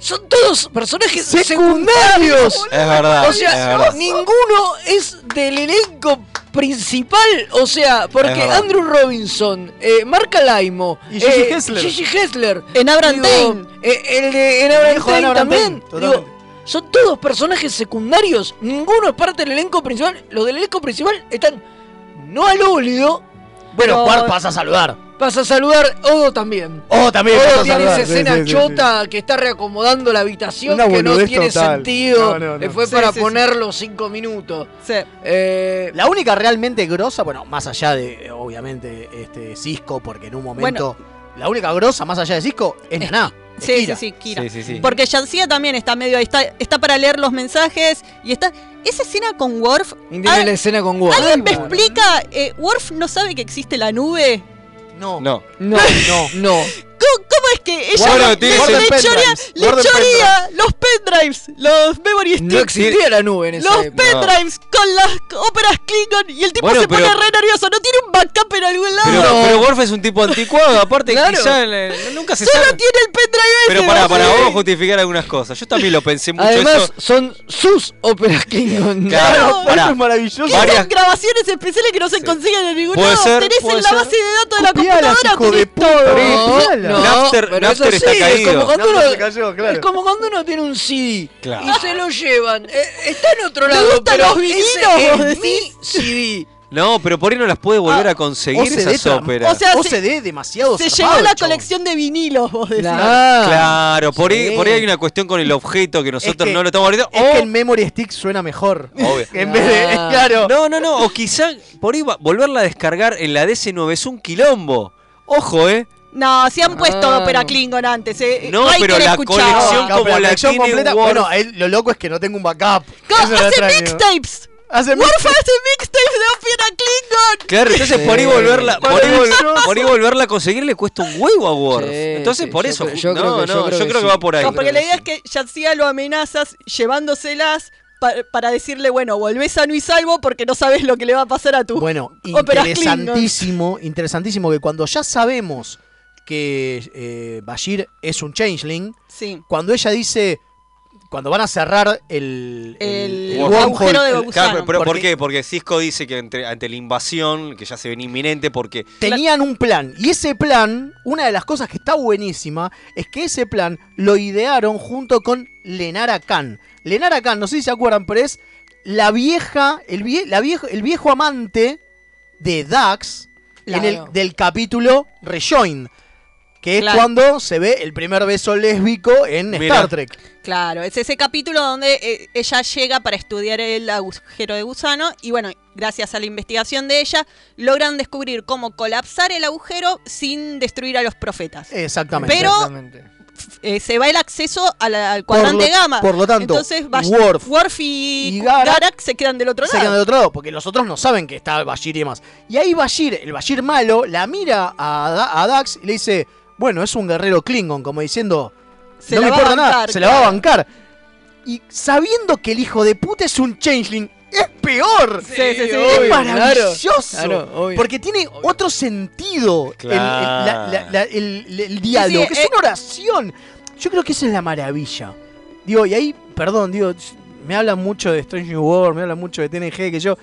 S2: son todos personajes secundarios.
S3: Es verdad,
S2: O sea,
S3: es verdad.
S2: ninguno es del elenco principal. O sea, porque
S3: verdad.
S2: Andrew Robinson, eh, Mark Alaimo,
S4: Y Gigi
S2: eh,
S4: Hessler.
S2: Gigi Hessler,
S1: en
S2: Abrantain, el de en Abraham
S4: Hijo de Abraham
S2: también.
S4: Tain,
S2: Digo, son todos personajes secundarios. Ninguno es parte del elenco principal. Los del elenco principal están no al ólido.
S14: Bueno,
S2: pero
S14: Quark pasa a saludar.
S2: Pasa a saludar Odo también.
S14: Oh, también
S2: Odo
S14: pasa a
S2: tiene
S14: saludar,
S2: esa
S14: sí,
S2: escena
S14: sí, sí,
S2: chota que está reacomodando la habitación
S4: Una
S2: que no
S4: boludez
S2: tiene
S4: total.
S2: sentido.
S4: No, no, no.
S2: Eh, Fue
S4: Sí,
S2: para
S4: sí, sí.
S2: ponerlo cinco minutos. Eh,
S4: la única realmente grosa, bueno, más allá de, eh, obviamente, este Cisco, porque en un momento. la única grosa, más allá de Cisco, es Naná. es
S1: Sí, sí,
S4: Kira.
S1: sí, Kira. Porque Yancia también está medio ahí, está, está para leer los mensajes y está... Esa escena con Worf...
S2: Tiene
S1: ¿al-
S2: la escena con Ah, Wolf.
S1: ¿Alguien me explica? eh, ¿Worf no sabe que existe la nube?
S4: No.
S3: No.
S2: No, no, no.
S1: ¿Cómo, cómo es que ella
S3: Bueno,
S1: le-
S3: tiene
S1: le,
S3: ese-
S1: le
S3: Guarden
S1: chorea-
S3: pendrives,
S1: le
S3: guarden
S1: chorea los pendrives, los memory sticks?
S2: No existía la nube en esa
S1: Los
S2: época.
S1: pendrives con las óperas Klingon y el tipo
S3: Bueno,
S1: se pone
S3: pero-
S1: re nervioso, no tiene un backup en algún lado.
S3: Pero, pero Worf es un tipo anticuado, aparte
S1: Claro.
S3: quizá eh, nunca se
S1: Solo
S3: sabe.
S1: tiene el pendrive
S3: Pero
S1: ese,
S3: para,
S1: vos
S3: para
S1: sabés.
S3: vos justificar algunas cosas. Yo también lo pensé mucho
S2: Además,
S3: eso.
S2: son sus óperas Klingon.
S3: Claro,
S4: Claro,
S3: pará.
S4: eso es maravilloso.
S1: Esas grabaciones especiales que no se consiguen en ningún
S3: Puede
S1: lado.
S3: ser,
S1: tenés
S3: puede
S1: en la
S3: ser.
S1: base de datos de la
S4: Copialas,
S1: computadora,
S4: hijo de
S1: tenés
S4: puta.
S1: todo.
S4: No,
S2: no,
S3: Napster-
S2: pero
S3: Napster
S2: eso
S3: está
S2: sí,
S3: caído.
S2: Es como, cuando
S4: Napster
S2: uno,
S4: se cayó, claro.
S2: es como cuando uno tiene un CD
S3: Claro.
S2: y se lo llevan. Eh, está en otro
S1: ¿Le
S2: lado,
S1: gustan
S2: pero
S1: los
S2: ese
S1: vinilos, vos
S2: es mi
S1: decís?
S2: CD.
S3: No, pero por ahí no las puede volver a conseguir
S4: OCD
S3: esas
S4: tra-
S3: óperas.
S1: O sea, se-
S4: OCD demasiado
S1: Se
S4: zarpado,
S1: llegó la
S4: chabón.
S1: colección de vinilos, vos decís.
S3: claro, por, ahí,
S4: sí.
S3: por ahí hay una cuestión con el objeto que nosotros
S4: que-
S3: no lo estamos ahorita.
S4: Es
S3: o-
S4: que el Memory Stick suena mejor.
S3: Obvio.
S4: En vez de.
S2: Ah.
S4: Claro.
S3: No, no, no. O quizá por ahí va- volverla a descargar en la DC9 es un quilombo. Ojo, eh.
S1: No, se han puesto
S2: Ah.
S1: ópera Klingon antes. eh.
S3: No,
S1: Riker
S3: pero la
S1: escuchaba.
S3: colección
S4: Claro,
S3: como
S4: pero
S3: la
S4: colección
S3: tiene
S4: completa.
S3: Worf.
S4: Bueno, él- lo loco es que no tengo un backup.
S1: Co-
S4: Eso lo
S1: hace
S4: extraño.
S1: mixtapes.
S4: Hace
S1: Worf hace mixtapes de ópera Klingon.
S3: Claro, entonces por ahí
S2: Sí.
S3: volverla, por ahí, vol-
S4: Maravilloso.
S3: por ahí volverla a conseguir le cuesta un huevo a Worf.
S2: Sí,
S3: entonces
S2: sí,
S3: por
S2: yo
S3: eso.
S2: creo- yo
S3: no,
S2: creo que-
S3: no,
S2: yo creo que
S3: que,
S2: sí.
S3: va por ahí.
S1: No, porque la idea es que Yatsia lo amenazas llevándoselas pa- para decirle, bueno, volvés sano y salvo porque no sabes lo que le va a pasar a tu
S4: Bueno,
S1: ópera Klingon.
S4: interesantísimo, interesantísimo que cuando ya sabemos que eh, Bashir es un changeling,
S1: Sí.
S4: cuando ella dice, cuando van a cerrar el,
S1: El
S4: wormhole,
S1: agujero de
S4: el-
S1: gusano.
S3: Claro, pero ¿por
S4: Porque-
S3: qué? Porque Cisco dice que entre- ante la invasión, que ya se ven inminente, porque
S4: tenían un plan. Y ese plan, una de las cosas que está buenísima, es que ese plan lo idearon junto con Lenara Khan. Lenara Khan, no sé si se acuerdan, pero es la vieja, el, vie- la viejo, el viejo amante de Dax en el-
S2: Claro.
S4: del capítulo Rejoin. Que es
S1: Claro.
S4: cuando se ve el primer beso lésbico en
S3: Mira.
S4: Star Trek.
S1: Claro, es ese capítulo donde eh, ella llega para estudiar el agujero de gusano y bueno, gracias a la investigación de ella logran descubrir cómo colapsar el agujero sin destruir a los profetas.
S4: Exactamente.
S1: Pero Eh, se va el acceso a la- al
S4: Por
S1: cuadrante
S4: lo-
S1: gama.
S4: por lo tanto,
S1: entonces Bash-
S4: Worf
S1: y,
S4: y Garak-
S1: Garak se quedan del otro
S4: se quedan
S1: lado.
S4: del otro lado, porque los otros no saben que está Bashir y demás. Y ahí Bashir, el Bashir malo, la mira a, Da- a Dax y le dice, bueno, es un guerrero Klingon, como diciendo,
S1: Se
S4: no
S1: la
S4: me
S1: va a
S4: importa nada,
S1: bancar,
S4: se la va a
S1: claro.
S4: bancar. Y sabiendo que el hijo de puta es un changeling, es peor.
S1: Sí, sí, sí.
S4: Es
S2: obvio,
S4: maravilloso.
S2: claro, claro, obvio.
S4: porque tiene otro sentido el, el- la- la- la- el- el- el diálogo.
S1: Sí, sí,
S4: que es
S1: eh.
S4: una oración. Yo creo que esa es la maravilla. Digo, y ahí, perdón, digo, me hablan mucho de Strange New World, me hablan mucho de TNG, que yo.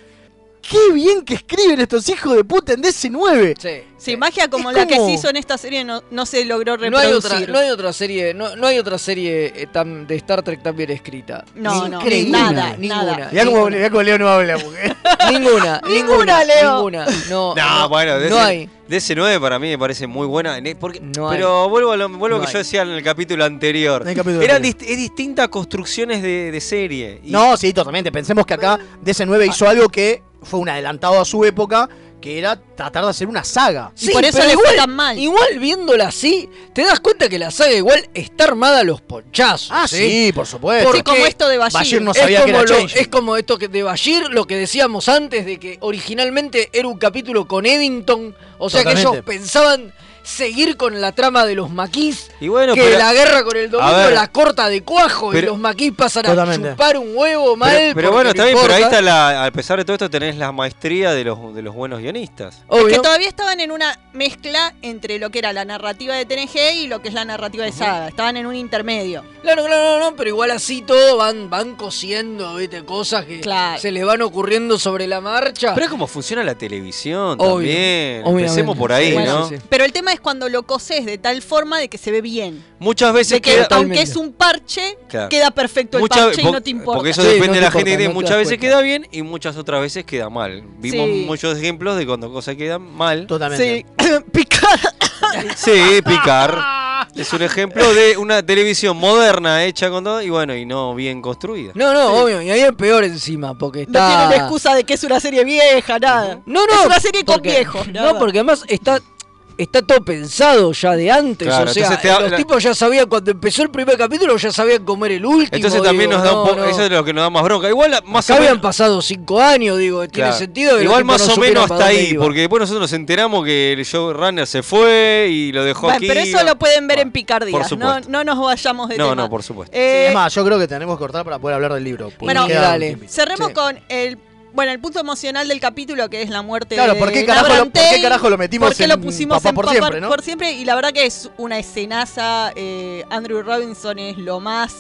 S4: ¡Qué bien que escriben estos hijos de puta en DC9!
S2: Sí.
S1: Sí, magia como
S4: Es
S1: la que
S4: como-
S1: se hizo en esta serie no, no se logró
S2: Eh, No hay, otra,
S1: reproducir.
S2: no hay otra serie, no, no hay otra serie eh, tan- de Star Trek tan bien escrita.
S1: No, no,
S2: Increíble.
S1: nada,
S2: ninguna,
S1: nada.
S4: Mirá cómo,
S2: ninguna,
S4: mirá cómo Leo no habla, mujer.
S2: ninguna,
S1: Ninguna,
S2: ninguna,
S1: Leo.
S2: ninguna. No,
S3: No,
S2: no,
S3: bueno,
S2: no hay.
S3: DC9 para mí me parece muy buena. ne- porque-
S2: No hay.
S3: pero vuelvo a lo vuelvo a
S2: No
S3: que yo
S2: hay.
S3: decía en el capítulo anterior.
S4: En el capítulo
S3: Eran
S4: anterior.
S3: dist- es distintas construcciones de, de serie. Y-
S4: No, sí, totalmente. Pensemos que acá DC9 hizo algo que fue un adelantado a su época, que era tratar de hacer una saga.
S2: Sí, pero igual, Igual viéndola así, te das cuenta que la saga igual está armada a los ponchazos.
S4: Ah, sí, por supuesto.
S2: Porque
S4: Sí, como esto de Bashir. Bashir no sabía
S2: es
S4: que
S2: como
S4: era
S2: lo-
S4: Changeling.
S2: Es como esto que de Bashir, lo que decíamos antes, de que originalmente era un capítulo con Eddington. O sea que
S3: Totalmente.
S2: ellos pensaban seguir con la trama de los maquis.
S3: Y bueno,
S2: que
S3: pero-
S2: la guerra con el
S3: a
S2: domingo
S3: ver.
S2: la corta de cuajo y
S3: Pero-
S2: los maquis pasan
S3: Totalmente.
S2: a chupar un huevo mal.
S3: Pero, pero
S2: porque
S3: bueno,
S2: no
S3: está bien, pero ahí
S2: importa.
S3: está la. A pesar de todo esto, tenés la maestría de los, de los buenos guionistas.
S1: Es que todavía estaban en una mezcla entre lo que era la narrativa de TNG y lo que es la narrativa de Saga. Estaban en un intermedio.
S2: Claro, claro, no, no, pero igual así todo van, van cosiendo, viste, cosas que
S1: Claro.
S2: se les van ocurriendo sobre la marcha.
S3: Pero es como funciona la televisión
S2: Obvio,
S3: también. Empecemos
S2: obviamente.
S3: por ahí,
S2: Bueno,
S3: ¿no?
S2: sí, sí.
S1: Pero el tema es cuando lo coses de tal forma de que se ve bien.
S3: Muchas veces
S1: De que
S3: queda.
S1: aunque es un parche,
S3: Claro.
S1: queda perfecto el
S3: Muchas-
S1: parche y
S3: po-
S1: no te importa.
S3: Porque eso depende de la gente que tiene. Muchas veces queda bien y muchas otras veces queda mal. Vimos
S1: Sí.
S3: muchos ejemplos de cuando cosas quedan mal.
S1: Totalmente. picar.
S3: Sí, picar. Es un ejemplo de una televisión moderna hecha con todo y bueno, y no bien construida.
S2: No, no, obvio, y ahí es peor encima, porque
S1: No
S2: está...
S1: tienen excusa de que es una serie vieja, nada.
S2: No, no,
S1: Es una serie con
S2: porque-
S1: viejos. nada
S2: No,
S1: más.
S2: porque además está, está todo pensado ya de antes,
S3: Claro,
S2: o sea,
S3: entonces te da-
S2: los
S3: la-
S2: tipos ya sabían, cuando empezó el primer capítulo ya sabían comer el último.
S3: Entonces también
S2: digo,
S3: nos da
S2: no,
S3: un poco.
S2: no.
S3: Eso es lo que nos da más bronca. Igual, la- más
S2: Acá
S3: o
S2: habían
S3: menos.
S2: pasado cinco años, digo, que tiene
S3: Claro.
S2: sentido. que los
S3: Igual
S2: tipos
S3: más
S2: no
S3: o menos
S2: supieron para
S3: hasta
S2: dónde
S3: ahí,
S2: iban.
S3: porque después nosotros nos enteramos que el showrunner se fue y lo dejó
S1: Bueno,
S3: aquí.
S1: pero eso lo pueden ver en
S3: por
S1: picardías. No,
S3: supuesto.
S1: no nos vayamos de
S3: No,
S1: tema.
S3: no, por supuesto.
S1: Eh,
S4: Sí, es más, yo creo que tenemos que cortar para poder hablar del libro. porque
S1: Bueno,
S4: queda un tiempito.
S1: cerremos
S4: Sí.
S1: con el bueno el punto emocional del capítulo que es la muerte
S4: Claro,
S1: de
S4: ¿por qué carajo lo-
S1: Nabrante
S4: por qué
S1: y
S4: carajo lo metimos
S1: Eh, por qué
S4: en
S1: lo pusimos
S4: Papá
S1: en
S4: por
S1: Papá
S4: siempre, no?
S1: por siempre? y la verdad que es una escenaza eh, Andrew Robinson es lo más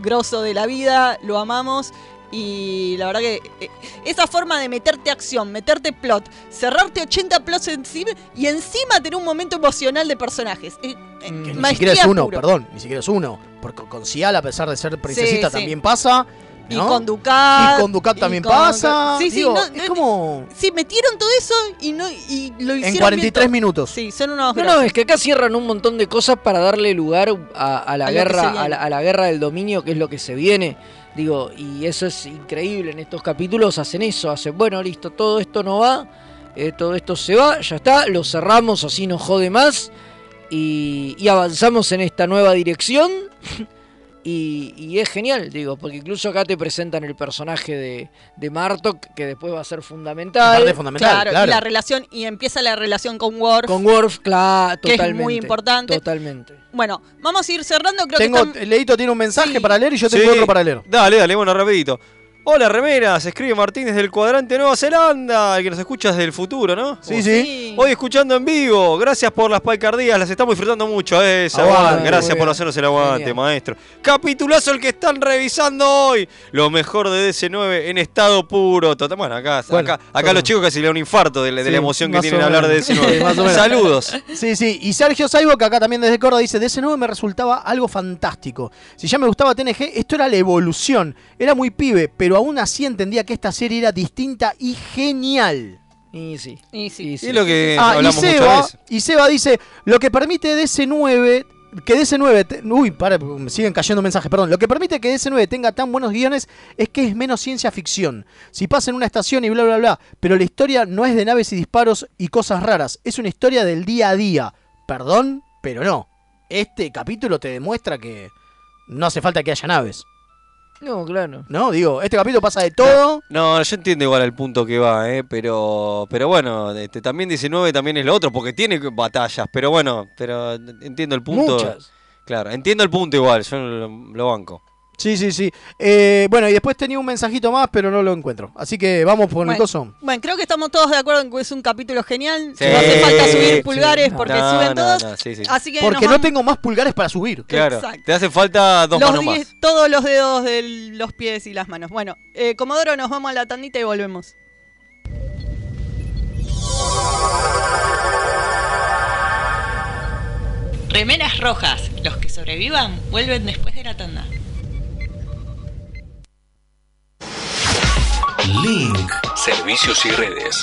S1: grosso de la vida lo amamos y la verdad que eh, esa forma de meterte acción, meterte plot, cerrarte 80 plots encima y encima tener un momento emocional de personajes. Eh, eh,
S4: Mm, Que ni
S1: maestría
S4: siquiera es uno,
S1: puro.
S4: perdón, ni siquiera es uno. Porque con Cial, a pesar de ser princesita,
S1: Sí, sí.
S4: también pasa.
S1: Y
S4: ¿no?
S1: con Ducat.
S4: Y con Ducat
S1: y
S4: también
S1: con-
S4: pasa.
S1: Sí, sí,
S4: Digo,
S1: no,
S4: es como.
S1: Sí, metieron todo eso y no y lo hicieron.
S4: En 43
S1: bien todo.
S4: minutos.
S1: Sí, son unos.
S2: No, no,
S1: grosos.
S2: es que acá cierran un montón de cosas para darle lugar a, a la
S1: A lo que se viene.
S2: guerra, a la, a la guerra del dominio, que es lo que se viene. Digo, y eso es increíble. En estos capítulos hacen eso, hacen, bueno, listo, todo esto no va, eh, todo esto se va, ya está, lo cerramos, así no jode más. Y, y avanzamos en esta nueva dirección. Y, y es genial, digo, porque incluso acá te presentan el personaje de, de Martok, que después va a ser fundamental.
S4: Aparte es fundamental,
S1: claro, y la relación y empieza la relación con Worf.
S2: Con Worf, claro,
S1: Que es
S2: totalmente.
S1: muy importante.
S2: Totalmente.
S1: Bueno, vamos a ir cerrando, creo
S4: Tengo, eh,
S1: que están-
S4: Leito tiene un mensaje para leer y yo tengo
S3: Sí.
S4: otro para leer.
S3: Dale, dale, bueno, rapidito. Hola, remeras, escribe Martín desde el cuadrante Nueva Zelanda, el que nos escucha desde el futuro, ¿no?
S4: Sí, sí.
S3: Hoy escuchando en vivo, gracias por las picardías, las estamos disfrutando mucho, eh, Saguán.
S4: Aguante, muy
S3: gracias por
S4: bien.
S3: hacernos el aguante,
S4: Genial.
S3: maestro. Capitulazo el que están revisando hoy, lo mejor de DC9 en estado puro. Total- Bueno, acá,
S4: Bueno,
S3: acá, acá los chicos casi le dan un infarto de la, de la
S4: Sí,
S3: emoción que
S4: más
S3: tienen
S4: o
S3: al hablar de
S4: menos. Sí, más o
S3: DC9.
S4: menos.
S3: Saludos.
S4: Sí, sí. Y Sergio Saibo, que acá también desde Córdoba, dice, de ese nuevo me resultaba algo fantástico. Si ya me gustaba TNG, esto era la evolución. Era muy pibe, pero aún así entendía que esta serie era distinta y genial.
S2: Y sí.
S1: Y sí.
S3: Y lo que
S4: Ah, y
S3: hablamos muchas
S4: Seba,
S3: veces.
S4: y Seba dice, lo que permite DC9, que DC9, te- uy, para, me siguen cayendo mensajes, perdón, lo que permite que DC9 tenga tan buenos guiones es que es menos ciencia ficción. Si pasa en una estación y bla, bla, bla, pero la historia no es de naves y disparos y cosas raras, es una historia del día a día. Perdón, pero no. Este capítulo te demuestra que no hace falta que haya naves.
S2: No, claro.
S4: No, digo, este capítulo pasa de todo.
S3: No, yo entiendo igual el punto que va, ¿eh? pero pero bueno, este, también 19 también es lo otro, porque tiene batallas, pero bueno, pero entiendo el punto.
S4: Muchas.
S3: Claro, entiendo el punto igual, yo lo, lo banco.
S4: Sí, sí, sí. Eh, bueno, y después tenía un mensajito más, pero no lo encuentro. Así que vamos por el
S1: Bueno,
S4: coso.
S1: Bueno, creo que estamos todos de acuerdo en que es un capítulo genial.
S3: Sí.
S1: No hace falta
S3: Sí,
S1: subir
S3: sí.
S1: pulgares
S3: No.
S1: porque
S3: No,
S1: suben
S3: no,
S1: todos.
S3: no, sí, sí.
S1: Así que
S4: Porque
S1: nos
S4: no tengo más pulgares para subir.
S3: Claro,
S1: Exacto.
S3: te hace falta dos
S1: los
S3: manos
S1: diez-
S3: más.
S1: todos los dedos de los pies y las manos. Bueno, eh, Comodoro, nos vamos a la tandita y volvemos. Remeras rojas. Los que sobrevivan vuelven después de la tanda.
S15: Link. Servicios y redes.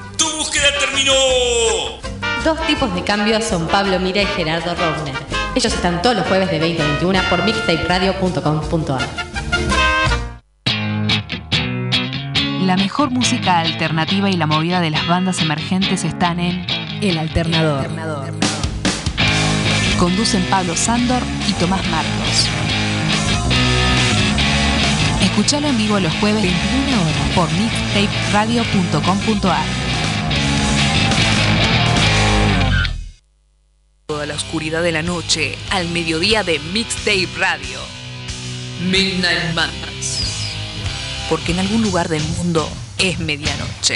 S9: tu búsqueda terminó.
S16: Dos tipos de cambios son Pablo Mira y Gerardo Robner. Ellos están todos los jueves de 20 a 21 por mixtaperadio.com.ar.
S17: La mejor música alternativa y la movida de las bandas emergentes están en El Alternador. Conducen Pablo Sándor y Tomás Marcos. Escuchalo en vivo los jueves 21 horas por mixtaperadio.com.ar.
S18: Toda la oscuridad de la noche al mediodía de Mixtape Radio. Midnight Madness. Porque en algún lugar del mundo es medianoche.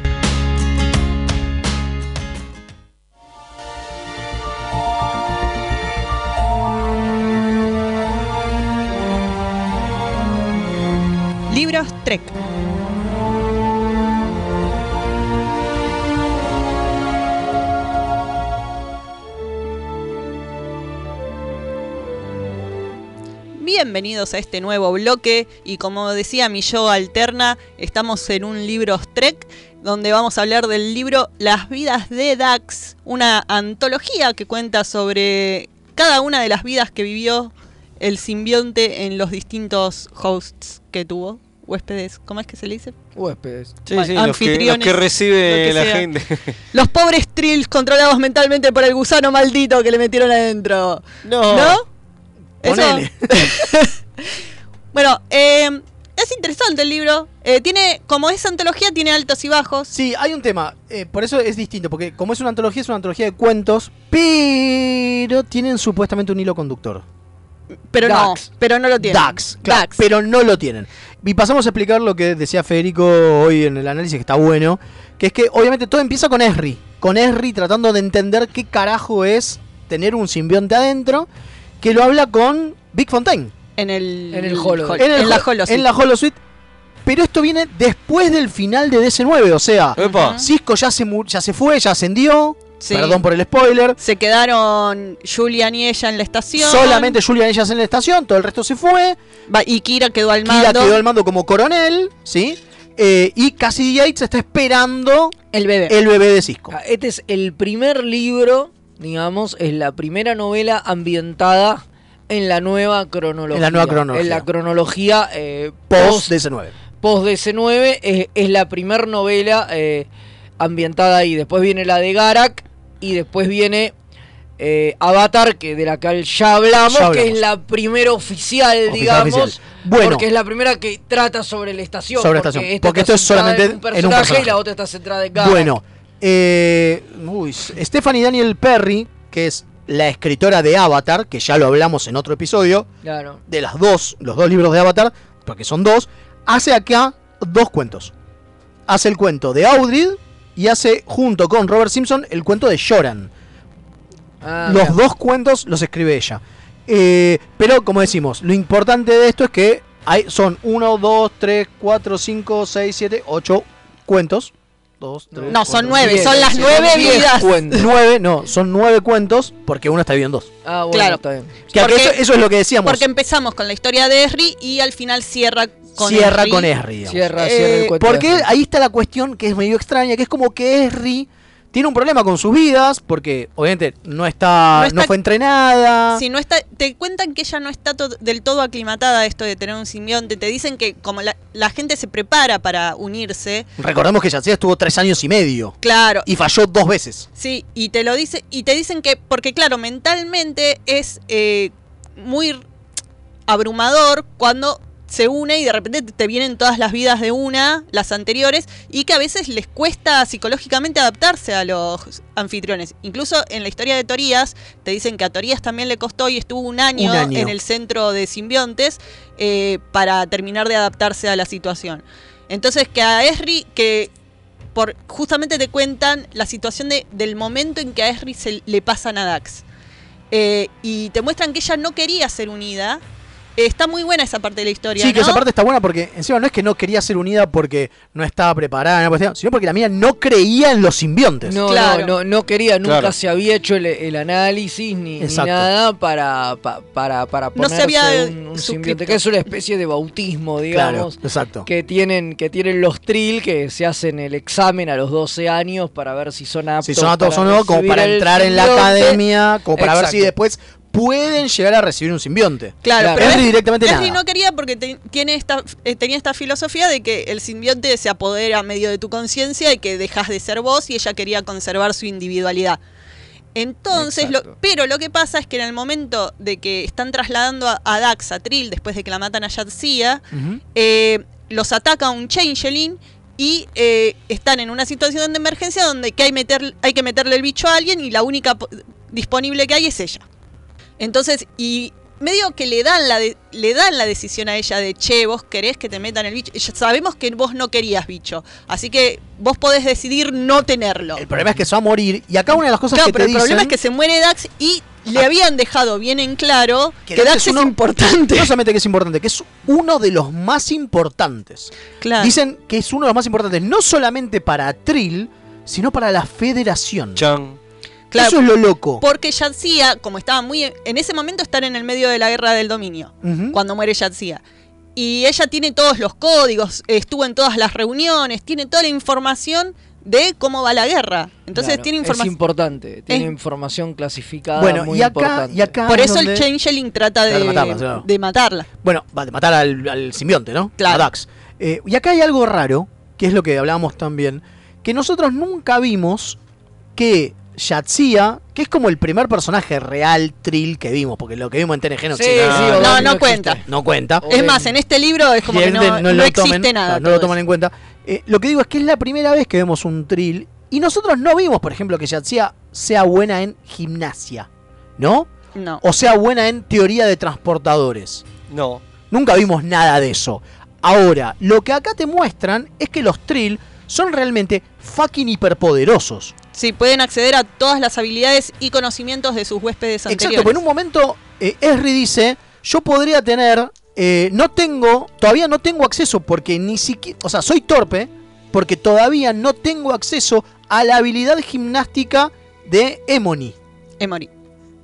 S19: Libros Trek.
S1: Bienvenidos a este nuevo bloque y como decía mi yo alterna, estamos en un libro Trek donde vamos a hablar del libro Las vidas de Dax, una antología que cuenta sobre cada una de las vidas que vivió el simbionte en los distintos hosts que tuvo, huéspedes, ¿cómo es que se le dice?
S2: Huéspedes.
S3: Sí, sí, los que- los que,
S1: lo
S3: recibe
S1: que
S3: la
S1: sea.
S3: gente.
S1: Los pobres trills controlados mentalmente por el gusano maldito que le metieron adentro.
S4: Oh.
S3: No.
S1: ¿No?
S3: Ponele.
S1: bueno, eh, es interesante el libro. Eh, tiene, como es antología, tiene altos y bajos.
S4: Sí, hay un tema. eh, por eso es distinto, porque como es una antología, es una antología de cuentos, pero tienen supuestamente un hilo conductor.
S1: Pero no, pero no lo tienen.
S4: Dax, claro, pero no lo tienen. Y pasamos a explicar lo que decía Federico hoy en el análisis, que está bueno, que es que obviamente todo empieza con Esri, con Esri tratando de entender qué carajo es tener un simbionte adentro, que lo habla con Big Fontaine.
S1: En el,
S2: En el Holo.
S4: En, el
S1: en la
S4: Hol-
S1: Holo.
S4: en la Holo Suite. Pero esto viene después del final de DC9, o sea,
S3: Epa.
S4: Cisco ya se, mu- ya se fue, ya ascendió,
S1: Ah. Sí.
S4: perdón por el spoiler,
S1: Se quedaron Julian y ella en la estación.
S4: solamente Julian ellas en la estación, todo el resto se fue.
S1: Va- y Kira quedó al
S4: Kira
S1: mando.
S4: quedó al mando como coronel, ¿sí? Eh, y Cassidy Yates está esperando
S1: el
S2: Eh.
S1: bebé,
S4: el bebé de Cisco.
S2: Ah, Este es el primer libro, digamos, es la primera novela ambientada en la nueva cronología.
S4: En la nueva cronología.
S2: En la cronología eh,
S4: Post DC9.
S2: post DC9 es, es la primer eh, novela eh, ambientada ahí. Después viene la de Garak y después viene eh, Avatar, que de la que ya hablamos,
S4: Ya hablamos.
S2: que es la primera oficial,
S4: Oficial,
S2: digamos.
S4: oficial. Bueno.
S2: Porque es la primera que trata sobre la estación.
S4: Sobre la estación,
S2: esta
S4: porque
S2: está
S4: esto es
S2: centrada
S4: solamente
S2: en un, personaje y la
S4: personaje.
S2: otra está centrada en Garak.
S4: Bueno, eh, uy, Stephanie Daniel Perry, que es la escritora de Avatar, que ya lo hablamos en otro episodio,
S2: Claro.
S4: de las dos, los dos libros de Avatar, porque son dos, hace acá dos cuentos. Hace el cuento de Audrey y hace, junto con Robert Simpson, el cuento de Joran.
S2: Ah,
S4: los
S2: mirá.
S4: dos cuentos los escribe ella. Eh, pero, como decimos, lo importante de esto es que hay, son 1, 2, 3, 4, 5, 6, 7, 8 cuentos. Dos, tres,
S1: No, son
S4: cuatro,
S1: nueve,
S4: diez,
S1: son las
S4: diez,
S1: nueve
S4: diez
S1: vidas.
S4: cuentos. Nueve, no, son nueve cuentos porque uno está viviendo dos.
S2: Ah, bueno,
S1: Claro.
S2: está bien.
S4: Que acá
S1: Porque-
S4: eso, eso es lo que decíamos.
S1: Porque empezamos con la historia de Esri y al final cierra con
S4: cierra
S1: Esri.
S4: con Esri. digamos. Eh,
S2: Cierra, cierra el cuento
S4: Porque
S2: de Esri.
S4: ahí está la cuestión que es medio extraña, que es como que Esri tiene un problema con sus vidas, porque obviamente no está,
S1: No
S4: no,
S1: está-
S4: fue entrenada.
S1: Si no está, te cuentan que ella no está to- del todo aclimatada a esto de tener un simbionte. Te dicen que como la, la gente se prepara para unirse,
S4: Recordemos que Yacía estuvo tres años y medio
S1: claro,
S4: y falló dos veces.
S1: sí, y te lo dice, y te dicen que, porque claro, mentalmente es eh, muy abrumador cuando se une y de repente te- te vienen todas las vidas de una, las anteriores, y que a veces les cuesta psicológicamente adaptarse a los anfitriones. Incluso en la historia de Torías, te dicen que a Torías también le costó y estuvo un año,
S4: Un año.
S1: en el centro de simbiontes eh, para terminar de adaptarse a la situación. Entonces que a Esri, que por, justamente te cuentan la situación de- del momento en que a Esri se le pasan a Dax. Eh, y te muestran que ella no quería ser unida. Eh, está muy buena esa parte de la historia.
S4: Sí, que
S1: ¿no?
S4: esa parte está buena porque encima no es que no quería ser unida porque no estaba preparada, en la cuestión, sino porque la mía no creía en los simbiontes.
S2: No, no, no, no quería, nunca
S4: Claro.
S2: se había hecho el, el análisis ni, ni
S4: Exacto.
S2: nada para, pa- para, para
S1: No
S2: ponerse
S1: se había
S2: un, un
S1: suscripto.
S2: simbionte, que es una especie de bautismo,
S4: Claro,
S2: digamos,
S4: exacto.
S2: que tienen que tienen los trill, que se hacen el examen a los 12 años para ver si son aptos
S4: Si son aptos
S2: para
S4: o no, como
S2: recibir
S4: para
S2: el
S4: entrar en la
S2: simbionte.
S4: academia, como para ver si
S2: Exacto.
S4: después pueden llegar a recibir un simbionte.
S1: Claro,
S4: Henry
S1: pero
S4: directamente
S1: Henry
S4: nada.
S1: no quería porque te- tiene esta, eh, tenía esta filosofía de que el simbionte se apodera a medio de tu conciencia y que dejas de ser vos y ella quería conservar su individualidad. Entonces, lo, pero lo que pasa es que en el momento de que están trasladando a, a Dax a Trill después de que la matan a Yadzia, eh, los ataca un changeling y eh, están en una situación de emergencia donde que hay, meter, hay que meterle el bicho a alguien y la única po- disponible que hay es ella. Entonces, y medio que le dan la de- le dan la decisión a ella de, che, vos querés que te metan el bicho. Ya sabemos que vos no querías bicho, así que vos podés decidir no tenerlo.
S4: El problema es que se va a morir. Y acá una de las cosas
S1: Claro,
S4: que
S1: pero
S4: te
S1: el problema es
S4: dicen- Ah.
S1: que se muere Dax y le habían dejado bien en claro que,
S4: Dax
S1: Dax es
S4: uno-
S1: importante.
S4: No solamente que es importante, que es uno de los más importantes.
S1: Claro.
S4: Dicen que es uno de los más importantes, no solamente para Trill, sino para la Federación.
S1: Claro.
S4: Eso es lo loco.
S1: Porque Yadzia, como estaba muy. En en ese momento estar en el medio de la guerra del dominio,
S4: Ujú.
S1: cuando muere Yadzia. Y ella tiene todos los códigos, estuvo en todas las reuniones, tiene toda la información de cómo va la guerra. Entonces
S2: Claro,
S1: tiene Eh.
S2: Es
S1: información.
S2: importante, tiene
S1: Es-
S2: información clasificada
S4: Bueno,
S2: muy
S4: y acá-
S2: importante.
S4: y acá-
S1: ah, Por
S4: es
S1: eso el
S4: donde-
S1: Changeling trata de,
S4: Ah, Trata de matarla, claro.
S1: de matarla.
S4: Bueno, va a matar al, al simbionte, ¿no?
S1: Claro.
S4: A Dax. Eh, y acá hay algo raro, que es lo que hablábamos también, que nosotros nunca vimos que Yatsia, que es como el primer personaje real Trill que vimos, porque lo que vimos en TNG no
S2: Sí,
S4: existe.
S2: sí,
S4: Ah,
S1: No,
S2: obvio,
S1: no
S2: existe.
S1: cuenta.
S4: No cuenta.
S1: Es más, en este libro es como que no,
S4: Evidentemente
S1: no
S4: lo
S1: existe
S4: tomen,
S1: nada.
S4: claro, no lo
S1: todo
S4: toman
S1: eso.
S4: en cuenta. Eh, lo que digo es que es la primera vez que vemos un Trill y nosotros no vimos, por ejemplo, que Yatsia sea buena en gimnasia, ¿no?
S1: No.
S4: O sea buena en teoría de transportadores.
S3: No.
S4: Nunca vimos nada de eso. Ahora, lo que acá te muestran es que los Trill son realmente fucking hiperpoderosos.
S1: Sí, pueden acceder a todas las habilidades y conocimientos de sus huéspedes anteriores.
S4: Exacto, pero en un momento eh, Esri dice, yo podría tener, eh, no tengo, todavía no tengo acceso porque ni siquiera, o sea, soy torpe porque todavía no tengo acceso a la habilidad gimnástica de Emoni.
S1: Emory.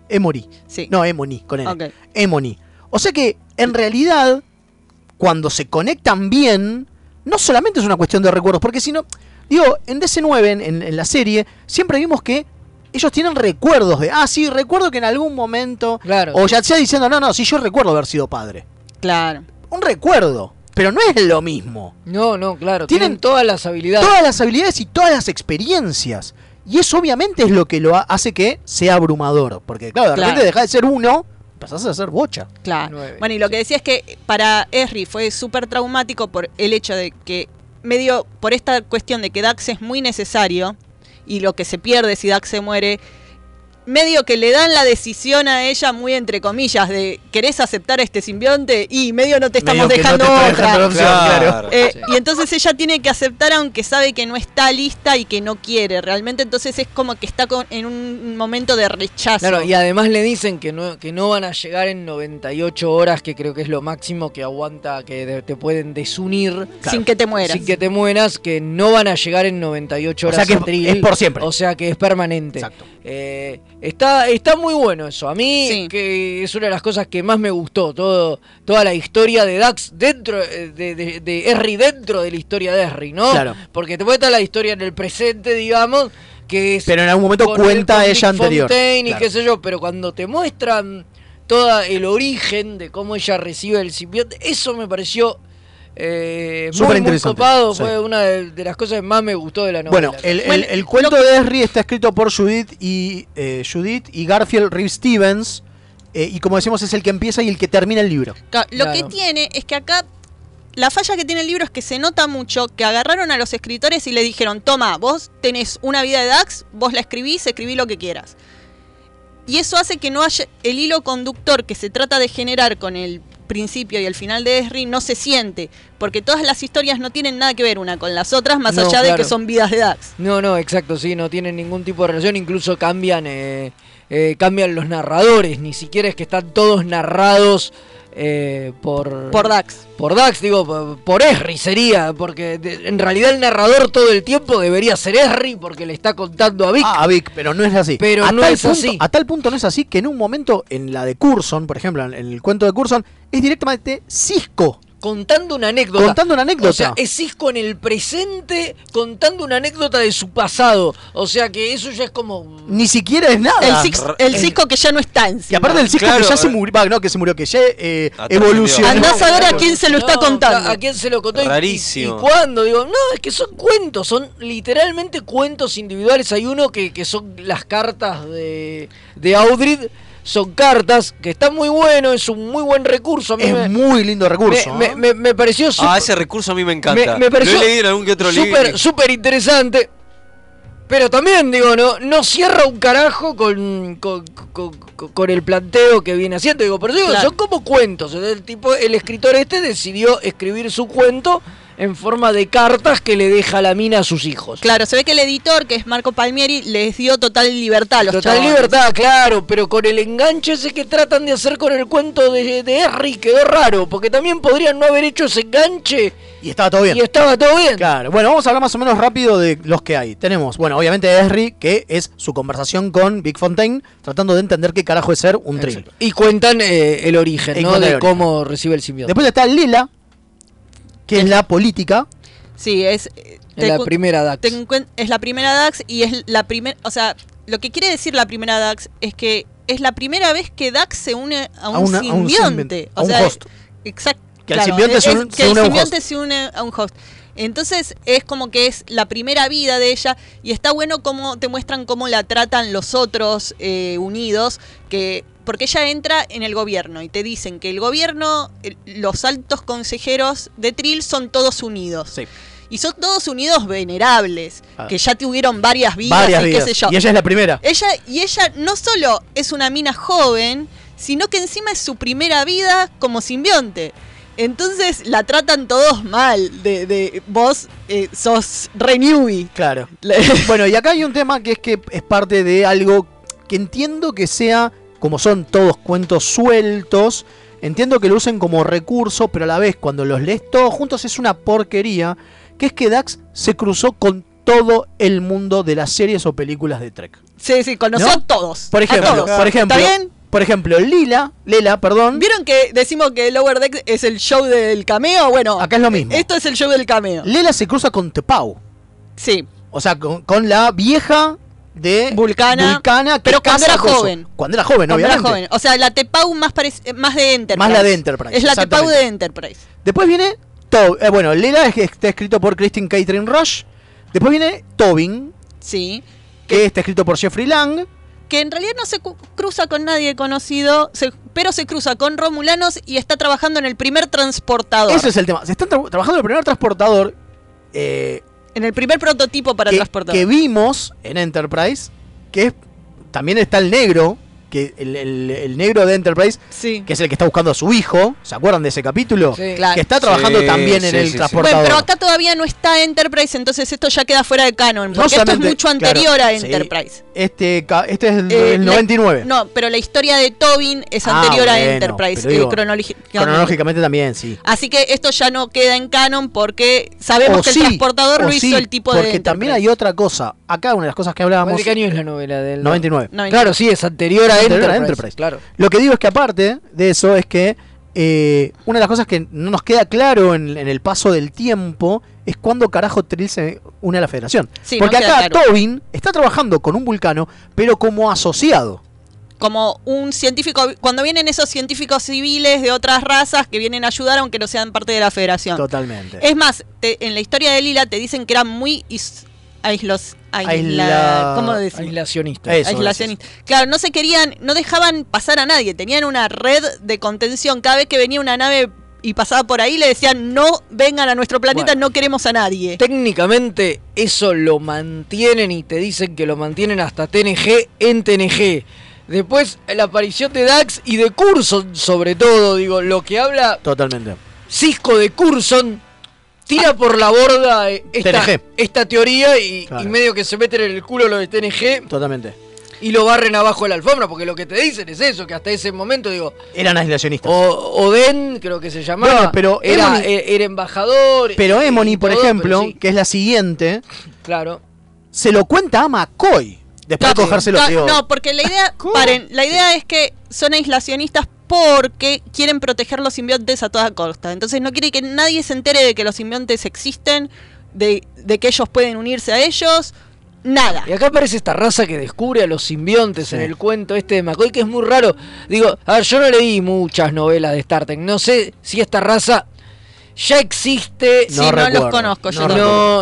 S4: Emory.
S1: Sí.
S4: No, Emoni, con N.
S1: Ok.
S4: Emoni. O sea que, en realidad, cuando se conectan bien, no solamente es una cuestión de recuerdos, porque si no, digo, en DC9, en, en- en la serie, siempre vimos que ellos tienen recuerdos de, ah, sí, recuerdo que en algún momento,
S2: Claro.
S4: o ya sea diciendo, no, no, sí, yo recuerdo haber sido padre.
S1: Claro.
S4: Un recuerdo, pero no es lo mismo.
S2: No, no, claro.
S4: Tienen-
S2: Tienen, todas las habilidades.
S4: Todas las habilidades y todas las experiencias. Y eso obviamente es lo que lo ha- hace que sea abrumador. Porque, claro, de
S1: Claro.
S4: repente deja de ser uno, pasás a ser bocha.
S1: Claro. Bueno, y lo que decía es que para Esri fue súper traumático por el hecho de que, medio, por esta cuestión de que Dax es muy necesario y lo que se pierde si Dax se muere, medio que le dan la decisión a ella, muy entre comillas, de querés aceptar este simbionte y medio no te estamos
S4: Medio que no
S1: dejando
S4: te está
S1: otra.
S4: dejando la opción, Claro. claro.
S1: Eh,
S4: Sí.
S1: Y entonces ella tiene que aceptar aunque sabe que no está lista y que no quiere realmente, entonces es como que está con- en un momento de rechazo.
S2: Claro, y además le dicen que no, que no van a llegar en 98 horas, que creo que es lo máximo que aguanta, que de- te pueden desunir.
S1: Sin que te mueras.
S2: Sin que te mueras, que no van a llegar en 98
S4: O
S2: horas.
S4: sea que es-
S2: a Trill.
S4: es por siempre.
S2: O sea que es permanente.
S4: Exacto.
S2: Eh, está, está muy bueno eso. A mí que es una de las cosas que más me gustó. Todo, toda la historia de Dax dentro eh, de, de, de Erry dentro de la historia de Erry, ¿no?
S4: Claro.
S2: Porque te cuenta la historia en el presente, digamos, que es
S4: Pero en algún momento
S2: con él,
S4: cuenta
S2: con
S4: ella
S2: Dick
S4: anterior.
S2: Fontaine y
S4: Claro.
S2: qué sé yo, pero cuando te muestran todo el origen de cómo ella recibe el simbionte, eso me pareció eh, muy, muy,
S4: Superinteresante,
S2: copado,
S4: sí.
S2: fue una de, de las cosas que más me gustó de la novela.
S4: Bueno, el, el- el cuento de Esri está escrito por Judith y, eh, Judith y Garfield Reeves Stevens. eh, y como decimos, es el que empieza y el que termina el libro.
S1: Ca- Lo
S4: Claro.
S1: que tiene es que acá la falla que tiene el libro es que se nota mucho que agarraron a los escritores y le dijeron, toma, vos tenés una vida de Dax, vos la escribís, escribí lo que quieras. Y eso hace que no haya el hilo conductor que se trata de generar con el principio y el final de Esri no se siente, porque todas las historias no tienen nada que ver una con las otras, más
S2: No,
S1: allá de
S2: claro.
S1: que son vidas de Dax.
S2: No, no, exacto, sí, no tienen ningún tipo de relación, incluso cambian, eh, eh, cambian los narradores, ni siquiera es que están todos narrados eh, por...
S1: Por Dax.
S2: Por Dax, digo, por- por Esri sería, porque de- en realidad el narrador todo el tiempo debería ser Esri porque le está contando a Vic.
S4: Ah, a Vic, pero no es así.
S2: Pero
S4: a
S2: no
S4: tal
S2: es
S4: punto-
S2: así.
S4: A tal punto no es así que en un momento, en la de Curson, por ejemplo, en el cuento de Curson, es directamente Cisco.
S2: Contando una anécdota.
S4: Contando una anécdota.
S2: O sea, es Cisco en el presente contando una anécdota de su pasado. O sea que eso ya es como...
S4: Ni siquiera es nada.
S1: El, Six- el Cisco que ya no está encima.
S4: Y aparte el Cisco que ya se murió, va, no, que se murió, que ya eh, evolucionó.
S1: Andá a saber a quién se lo está
S2: Ah, No,
S1: contando.
S2: ¿A quién se lo contó? y- y-
S4: Rarísimo.
S2: ¿Y, cuándo? Digo, no, es que son cuentos, son literalmente cuentos individuales. Hay uno que, que son las cartas de, de Audrid. Son cartas que están muy bueno, es un muy buen recurso. A mí
S4: Es
S2: me-
S4: muy lindo recurso.
S2: Me,
S4: ¿eh?
S2: me- me pareció súper
S3: Ah, ese recurso a mí me encanta.
S2: me, me pareció
S3: Lo he leído en algún que otro
S2: súper-
S3: libro.
S2: Súper interesante. Pero también, digo, no, no cierra un carajo con, con, con- con- con el planteo que viene haciendo. Digo, pero digo,
S1: Claro.
S2: son como cuentos. ¿eh? El, tipo, el escritor este decidió escribir su cuento en forma de cartas que le deja la mina a sus hijos.
S1: Claro, se ve que el editor, que es Marco Palmieri, les dio total libertad a los
S2: Total
S1: chabones.
S2: libertad, claro, pero con el enganche ese que tratan de hacer con el cuento de, de Harry quedó raro, porque también podrían no haber hecho ese enganche.
S4: Y estaba todo bien.
S2: Y estaba todo bien.
S4: Claro, bueno, vamos a hablar más o menos rápido de los que hay. Tenemos, bueno, obviamente Esri, que es su conversación con Big Fontaine, tratando de entender qué carajo es ser un trill.
S2: Y cuentan eh, el origen,
S4: Y
S2: ¿no?
S4: cuentan
S2: De
S4: el origen.
S2: cómo recibe el simbionte.
S4: Después está Lila, que es la política.
S1: Sí, es. eh,
S2: Es la
S1: cu-
S2: primera DAX.
S1: te encuen- es la primera DAX y es la primera. O sea, lo que quiere decir la primera DAX es que es la primera vez que DAX se une a un,
S4: A una- a un
S1: simbionte.
S4: simbionte, a un host.
S1: Exacto.
S4: Que el simbionte se un-
S1: que
S4: se
S1: el
S4: une a un
S1: simbionte se une a un host. Entonces es como que es la primera vida de ella y está bueno cómo te muestran cómo la tratan los otros eh, unidos, que porque ella entra en el gobierno y te dicen que el gobierno, el- los altos consejeros de Trill son todos unidos. Y son todos unidos venerables,
S4: Ah.
S1: que ya tuvieron varias vidas
S4: Varias
S1: y qué
S4: vidas.
S1: sé yo.
S4: Y ella es la primera.
S1: Ella, y ella no solo es una mina joven, sino que encima es su primera vida como simbionte. Entonces la tratan todos mal, de, de vos eh, sos re newbie.
S4: Claro. bueno, y acá hay un tema que es que es parte de algo que entiendo que sea, como son todos cuentos sueltos, entiendo que lo usen como recurso, pero a la vez cuando los lees todos juntos es una porquería, que es que Dax se cruzó con todo el mundo de las series o películas de Trek.
S1: Sí, sí, conoció
S4: ¿No?
S1: a todos.
S4: Por
S1: a
S4: ejemplo,
S1: todos.
S4: por ejemplo,
S1: ¿Está bien?
S4: por ejemplo, Lila, Lela, perdón.
S1: ¿Vieron que decimos que Lower Deck es el show del cameo? Bueno,
S4: Acá es lo mismo.
S1: esto es el show del cameo.
S4: Lela se cruza con Tepau.
S1: Sí.
S4: O sea, con, con la vieja de
S1: Vulcana.
S4: Vulcana que
S1: Pero cuando
S4: casa
S1: era
S4: con su-
S1: joven.
S4: Cuando era joven,
S1: Cuando era
S4: obviamente.
S1: joven. O sea, la Tepau más, parec- eh, más de Enterprise.
S4: Más la de Enterprise,
S1: Es la Tepau
S4: exactamente.
S1: de Enterprise.
S4: Después viene To- eh, bueno, Lela es- está escrito por Christine Catherine Rush. Después viene Tobin.
S1: Sí.
S4: que está escrito por Jeffrey Lang.
S1: que en realidad no se cu- cruza con nadie conocido, se- pero se cruza con Romulanos y está trabajando en el primer transportador.
S4: Ese es el tema. Se están tra- trabajando en el primer transportador eh,
S1: En el primer prototipo para
S4: que,
S1: transportar.
S4: que vimos en Enterprise, que es- también está el negro, que el, el- el negro de Enterprise, que es el que está buscando a su hijo. ¿Se acuerdan de ese capítulo? Que está trabajando también en el
S1: Bueno,
S4: transportador.
S1: pero acá todavía no está Enterprise, entonces esto ya queda fuera de canon,
S4: No
S1: porque esto es
S4: solamente-
S1: mucho
S4: claro,
S1: anterior a
S4: sí.
S1: Enterprise.
S4: Este, ca- este es el,
S1: Eh,
S4: el
S1: la-
S4: 99.
S1: no, pero la historia de Tobin es
S4: Ah,
S1: anterior a
S4: bueno,
S1: Enterprise,
S4: pero digo,
S1: eh, cronológicamente.
S4: Cronológicamente también, sí.
S1: Así que esto ya no queda en canon porque sabemos
S4: O
S1: que
S4: sí,
S1: el transportador
S4: o
S1: lo
S4: sí,
S1: hizo el tipo
S4: Porque
S1: de.
S4: también hay otra cosa. Acá una de las cosas que hablábamos.
S2: ¿De qué año es la novela del
S4: 99.
S2: Claro, sí, es anterior a
S4: Anterior a
S2: Enterprise.
S4: Enterprise.
S2: Claro.
S4: Lo que digo es que aparte de eso es que eh, una de las cosas que no nos queda claro en, en el paso del tiempo es cuándo carajo Trill se une a la federación.
S1: Sí,
S4: Porque
S1: no queda
S4: acá
S1: claro.
S4: Tobin está trabajando con un vulcano, pero como asociado.
S1: Como un científico. Cuando vienen esos científicos civiles de otras razas que vienen a ayudar aunque no sean parte de la federación.
S4: Totalmente.
S1: Es más, te- en la historia de Lila te dicen que era muy is- aislos, aisla-
S2: Aisla-
S1: ¿cómo decimos?
S2: Aislacionista.
S1: Eso, Aislacionista. Claro, no se querían, no dejaban pasar a nadie, tenían una red de contención. Cada vez que venía una nave y pasaba por ahí, le decían, no vengan a nuestro planeta, no queremos a nadie.
S2: Técnicamente eso lo mantienen y te dicen que lo mantienen hasta TNG en TNG. Después la aparición de Dax y de Curson sobre todo, digo, lo que habla
S4: Totalmente.
S2: Cisco de Curson tira por la borda eh, esta,
S4: TNG.
S2: esta teoría y, y
S4: Claro.
S2: medio que se meten en el culo lo de TNG
S4: Totalmente.
S2: y lo barren abajo de la alfombra, porque lo que te dicen es eso, que hasta ese momento digo,
S4: Eran aislacionistas.
S1: Oh,
S2: O- Oden, creo que se llamaba,
S4: Bueno, pero
S2: era,
S4: Emoni-
S2: e- era embajador.
S4: Pero
S2: y- y
S4: Emony, por
S2: todo,
S4: ejemplo,
S2: pero sí,
S4: que es la siguiente,
S2: claro.
S4: se lo cuenta a McCoy. Después de cogérselo,
S1: Ta-
S4: digo,
S1: No, porque la idea, paren, la idea es que son aislacionistas porque quieren proteger los simbiontes a toda costa. Entonces no quiere que nadie se entere de que los simbiontes existen, de, de que ellos pueden unirse a ellos, nada.
S2: Y acá aparece esta raza que descubre a los simbiontes en el cuento este de McCoy, que es muy raro. Digo, a ver, yo no leí muchas novelas de Star Trek. No sé si esta raza ya existe.
S1: Sí, No no los recuerdo, conozco, yo no
S2: No,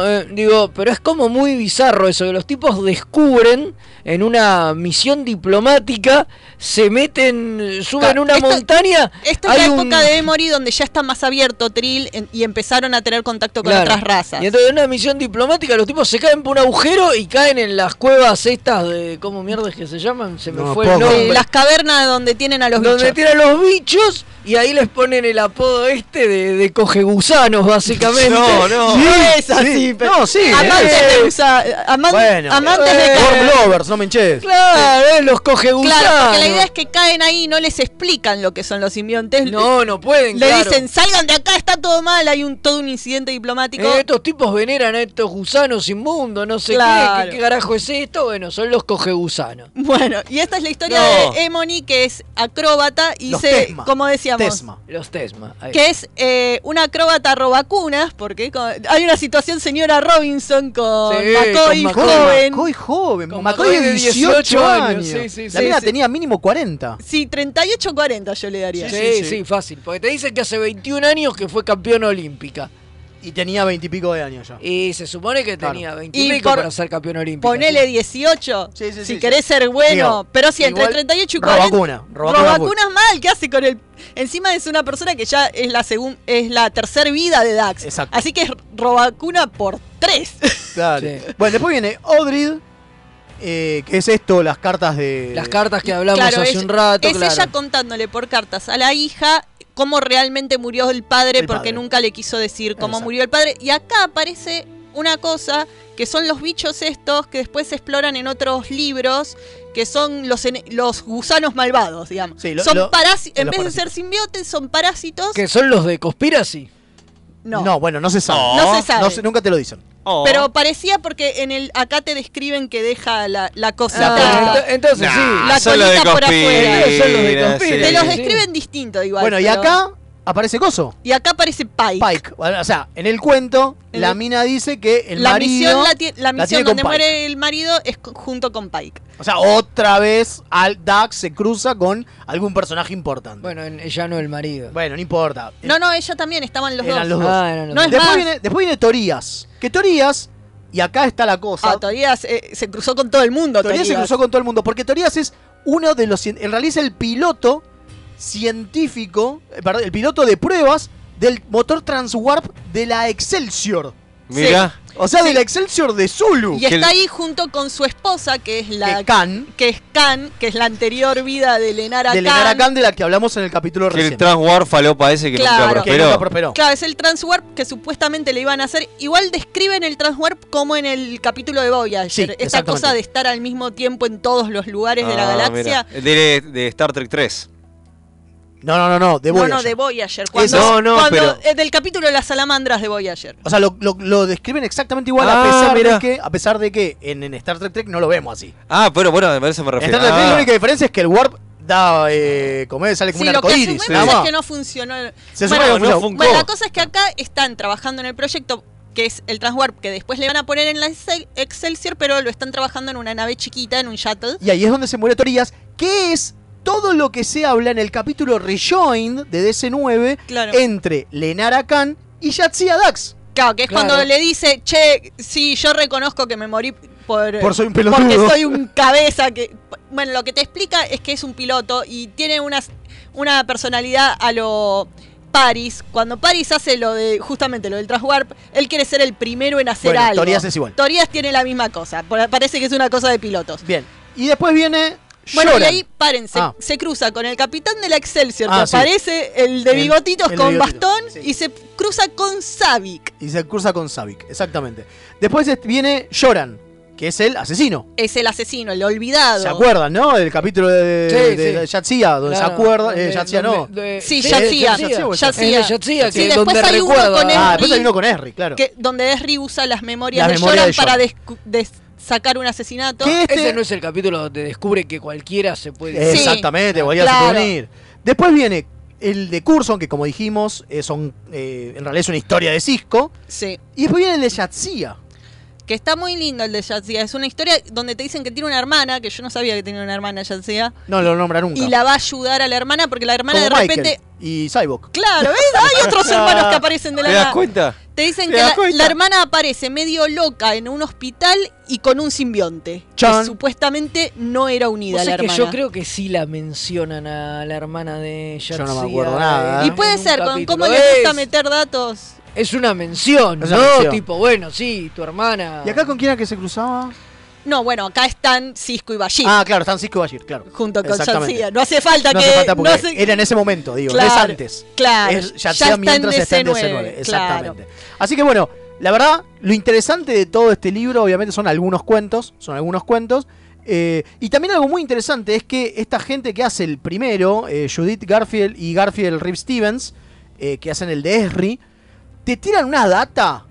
S1: tampoco.
S2: eh, digo, pero es como muy bizarro eso, que los tipos descubren en una misión diplomática, se meten, suben
S1: Claro,
S2: una
S1: esto-
S2: montaña.
S1: Esta
S2: hay
S1: es la
S2: un-
S1: época de Emory donde ya está más abierto Trill en- y empezaron a tener contacto con
S2: Claro.
S1: otras razas.
S2: Y entonces en una misión diplomática los tipos se caen por un agujero y caen en las cuevas estas de... ¿Cómo mierda es que se llaman? Se me
S1: No,
S2: fue el
S1: poco.
S2: nombre.
S1: Eh, las cavernas donde tienen a los
S2: Donde
S1: bichos.
S2: tiran los bichos y ahí les ponen el apodo este de, de coge gusanos, básicamente.
S3: No, no.
S4: Sí,
S1: es así,
S4: sí. No, sí,
S1: Oh, Amantes
S4: eh.
S1: de usa- aman-
S4: Bueno,
S1: amantes de
S4: eh,
S1: cavernas.
S4: Gorm Lovers, no me hinches.
S2: Claro, eh, los coge gusanos.
S1: Claro, porque la idea es que caen ahí y no les explican lo que son los simbiontes.
S2: No, no pueden,
S1: Le
S2: claro.
S1: dicen, salgan de acá, está todo mal, hay un todo un incidente diplomático.
S2: Eh, estos tipos veneran a estos gusanos inmundos, no sé qué,
S1: Claro.
S2: qué, qué carajo es esto. Bueno, son los coge gusanos.
S1: Bueno, y esta es la historia
S2: No.
S1: de Emony, que es acróbata y
S2: Los
S1: se,
S2: Tesma.
S1: como decíamos,
S2: Tesma. Los Tesma. ahí.
S1: que es eh, una acróbata robacunas, porque co- hay una situación señora Robinson con
S2: Sí,
S1: McCoy,
S2: con McCoy.
S1: joven.
S4: McCoy joven,
S2: Con
S4: McCoy
S2: McCoy de
S4: de 18,
S2: 18
S4: años.
S2: años, sí, sí,
S4: la
S2: sí,
S4: mina
S2: sí.
S4: tenía mínimo 40.
S1: Sí, 38-40 yo le daría.
S2: Sí sí, fácil. Porque te dicen que hace 21 años que fue campeona olímpica.
S4: Y tenía 20 y pico de años ya.
S2: Y se supone que
S4: Claro.
S2: tenía 20
S1: Y
S2: y pico
S1: por-
S2: para ser campeón olímpico.
S1: Ponele 18, si
S4: sí,
S1: querés
S4: sí.
S1: ser bueno,
S4: Digo,
S1: pero si entre
S4: igual,
S1: 38 y 40...
S4: robacuna, robacuna
S1: Robacunas mal, ¿qué hace con el...? Encima es una persona que ya es la segun, es la tercer vida de Dax.
S4: Exacto.
S1: Así que es robacuna por 3.
S4: Claro. Bueno, después viene Odrid, eh, que es esto, las cartas de...
S2: Las cartas que hablamos hace
S1: es,
S2: un rato,
S1: es
S2: claro.
S1: ella contándole por cartas a la hija cómo realmente murió el padre
S2: El
S1: porque
S2: padre.
S1: nunca le quiso decir cómo
S2: Exacto.
S1: murió el padre. Y acá aparece una cosa que son los bichos estos que después se exploran en otros libros que son los, ene- los gusanos malvados, digamos.
S2: lo-
S1: son
S2: lo-
S1: parasi-
S2: son
S1: en
S2: los
S1: vez de ser simbiotes son parásitos.
S2: Que son los de Conspiracy.
S1: No.
S4: No, bueno, no se sabe.
S1: No se sabe.
S4: nunca te lo dicen.
S1: Pero parecía porque en el acá te describen que deja la, la cosita.
S2: Ah, ent- entonces sí.
S1: la
S3: son los de
S1: colita por afuera.
S3: Conspira, Son los de Conspira,
S1: Te los
S3: sí.
S1: describen distinto igual.
S4: bueno, y
S1: pero-
S4: acá aparece Coso.
S1: Y acá aparece Pike.
S4: Pike. O sea, en el cuento,
S1: En
S4: la
S1: el-
S4: mina dice que el
S1: la
S4: marido...
S1: misión, la ti- la misión
S4: tiene con
S1: donde
S4: Pike.
S1: muere el marido es co- junto con Pike.
S4: O sea, otra vez al Dax se cruza con algún personaje importante.
S2: Bueno, en- ella no el marido.
S4: Bueno, no importa.
S1: No, no, ella también, estaban los
S4: eran
S1: dos.
S4: los dos.
S2: Ah, eran los
S1: No dos. es
S4: después,
S1: más.
S4: viene, después viene Torías. Que Torías Y acá está la cosa.
S1: Ah, Torías eh, se cruzó con todo el mundo.
S4: Torías se
S1: Torías.
S4: cruzó con todo el mundo. Porque Torías es uno de los. cien- En realidad es el piloto científico. eh, Perdón, el piloto de pruebas del motor Transwarp de la Excelsior.
S3: Mirá.
S4: O sea, de la Excelsior de Zulu.
S1: Y está ahí junto con su esposa, que es la.
S4: Que Khan.
S1: Que es Khan, que es la anterior vida de Lenara Khan.
S4: De Lenara Khan, de la que hablamos en el capítulo
S3: Que el
S4: recién.
S3: Transwar falopa ese que nunca
S1: Claro.
S3: prosperó.
S1: Claro, es el transwarp que supuestamente le iban a hacer. Igual describen el transwarp como en el capítulo de Voyager.
S3: Sí,
S1: Esta
S3: exactamente.
S1: cosa de estar al mismo tiempo en todos los lugares de la
S3: Ah,
S1: galaxia.
S3: mirá. De, de Star Trek 3.
S4: No, no, no, no, de
S1: No, no,
S4: Voyager.
S1: de Voyager. Cuando,
S4: No, no,
S1: cuando- eh, del capítulo de las salamandras de Voyager.
S4: O sea, lo, lo- lo describen exactamente igual
S3: Ah,
S4: a, pesar
S3: mirá.
S4: de que, a pesar de que en, en Star Trek Trek no lo vemos así.
S3: Ah, pero bueno, a eso me
S4: En
S3: refiero.
S4: Star Trek Trek
S3: Ah.
S4: la única diferencia es que el Warp da, eh, como es, sale como
S1: Sí,
S4: un
S1: lo que
S4: arcoíris. ¿eh?
S1: asumimos
S4: nada
S1: es
S4: más.
S1: que no funcionó. el-
S4: Se asume que no funcionó.
S1: bueno, la cosa es que acá están trabajando en el proyecto que es el Transwarp, que después le van a poner en la Excel- Excelsior, pero lo están trabajando en una nave chiquita, en un shuttle.
S4: Y ahí es donde se muere Torías, que es todo lo que se habla en el capítulo Rejoined de DC9
S1: Claro.
S4: entre Lenara Khan y Yatsia Dax.
S1: Claro, que es
S4: Claro.
S1: cuando le dice, che, sí, yo reconozco que me morí por,
S4: Por soy un pelotudo".
S1: porque soy un cabeza. que Bueno, lo que te explica es que es un piloto y tiene unas, una personalidad a lo Paris. Cuando Paris hace lo de, justamente lo del Transwarp, él quiere ser el primero en hacer
S4: Bueno,
S1: algo.
S4: Torías es igual.
S1: Torías tiene la misma cosa. por- Parece que es una cosa de pilotos.
S4: Bien. Y después viene
S1: Bueno,
S4: Lloran.
S1: y ahí, paren, se,
S4: Ah.
S1: se cruza con el capitán de la Excelsior, que
S4: Ah, sí.
S1: aparece el de
S4: El-
S1: bigotitos
S4: el de
S1: con
S4: bigotito,
S1: bastón, y se cruza con Savik.
S4: Y se cruza con Savik, exactamente. Después es- viene Lloran, que es el asesino.
S1: Es el asesino, el olvidado.
S4: ¿Se acuerdan, no? Del capítulo de,
S1: Sí,
S4: de,
S1: sí.
S4: de Yatsia, donde
S1: Claro,
S4: se acuerda.
S1: donde-
S4: Eh, Yatsia no. Eh,
S1: donde- de- Sí, sí, Yatsia, Yatsia, Yatsia. Yatsia. Es de Yatsia, Sí, que- después donde hay uno recuerda. con
S4: Ah,
S1: Henry.
S4: después hay uno con Henry, claro.
S1: que, donde Esri usa las memorias de
S4: Las memorias
S1: Joran
S4: de Joran.
S1: para descu- des- sacar un asesinato.
S2: Ese no es el capítulo donde descubre que cualquiera se
S1: Eh,
S2: puede.
S4: Exactamente, voy a
S1: Claro.
S4: suponer. Después viene el de Curson, que como dijimos, eh, son, eh, en realidad es una historia de Cisco.
S1: Sí.
S4: Y después viene el de Yatsia.
S1: Que está muy lindo el de Yatsia. Es una historia donde te dicen que tiene una hermana, que yo no sabía que tenía una hermana Yatsia.
S4: No lo nombra nunca.
S1: Y la va a ayudar a la hermana porque la hermana
S4: Como
S1: de
S4: Michael
S1: repente.
S4: Y Cyborg.
S1: Claro, ¿ves? Hay otros hermanos que aparecen de la
S4: ¿Te das
S1: nada.
S4: cuenta?
S1: Te dicen
S4: ¿Te
S1: que
S4: das
S1: la,
S4: cuenta?
S1: la hermana aparece medio loca en un hospital y con un simbionte.
S2: Chan.
S1: Que supuestamente no era unida
S2: Vos
S1: la
S2: sabés que
S1: hermana.
S2: yo creo que sí la mencionan a la hermana de Yatsia.
S4: no me acuerdo nada, ¿eh?
S1: Y puede
S2: en un
S1: ser, con
S2: capítulo.
S1: cómo le gusta
S2: Es-
S1: meter datos.
S2: Es una mención,
S4: Es
S2: ¿no?
S4: una mención.
S2: Tipo, bueno, sí, tu hermana.
S4: ¿Y acá con quién era que se cruzaba?
S1: No, bueno, acá están Cisco y Bashir.
S4: Ah, claro, están Cisco y Bashir, claro.
S1: junto con
S4: Exactamente.
S1: Yatsia. No hace falta
S4: No
S1: que.
S4: hace falta porque
S1: no hace-
S4: era en ese momento, digo,
S1: Claro,
S4: no es antes.
S1: claro,
S4: Es
S1: ya
S4: Yatsia
S1: está en
S4: mientras está en
S1: DC9,
S4: DC9, exactamente. Así que bueno, la verdad, lo interesante de todo este libro, obviamente, son algunos cuentos, son algunos cuentos. eh, y también algo muy interesante es que esta gente que hace el primero, eh, Judith Garfield y Garfield Rip Stevens, eh, que hacen el de Esri, te tiran una data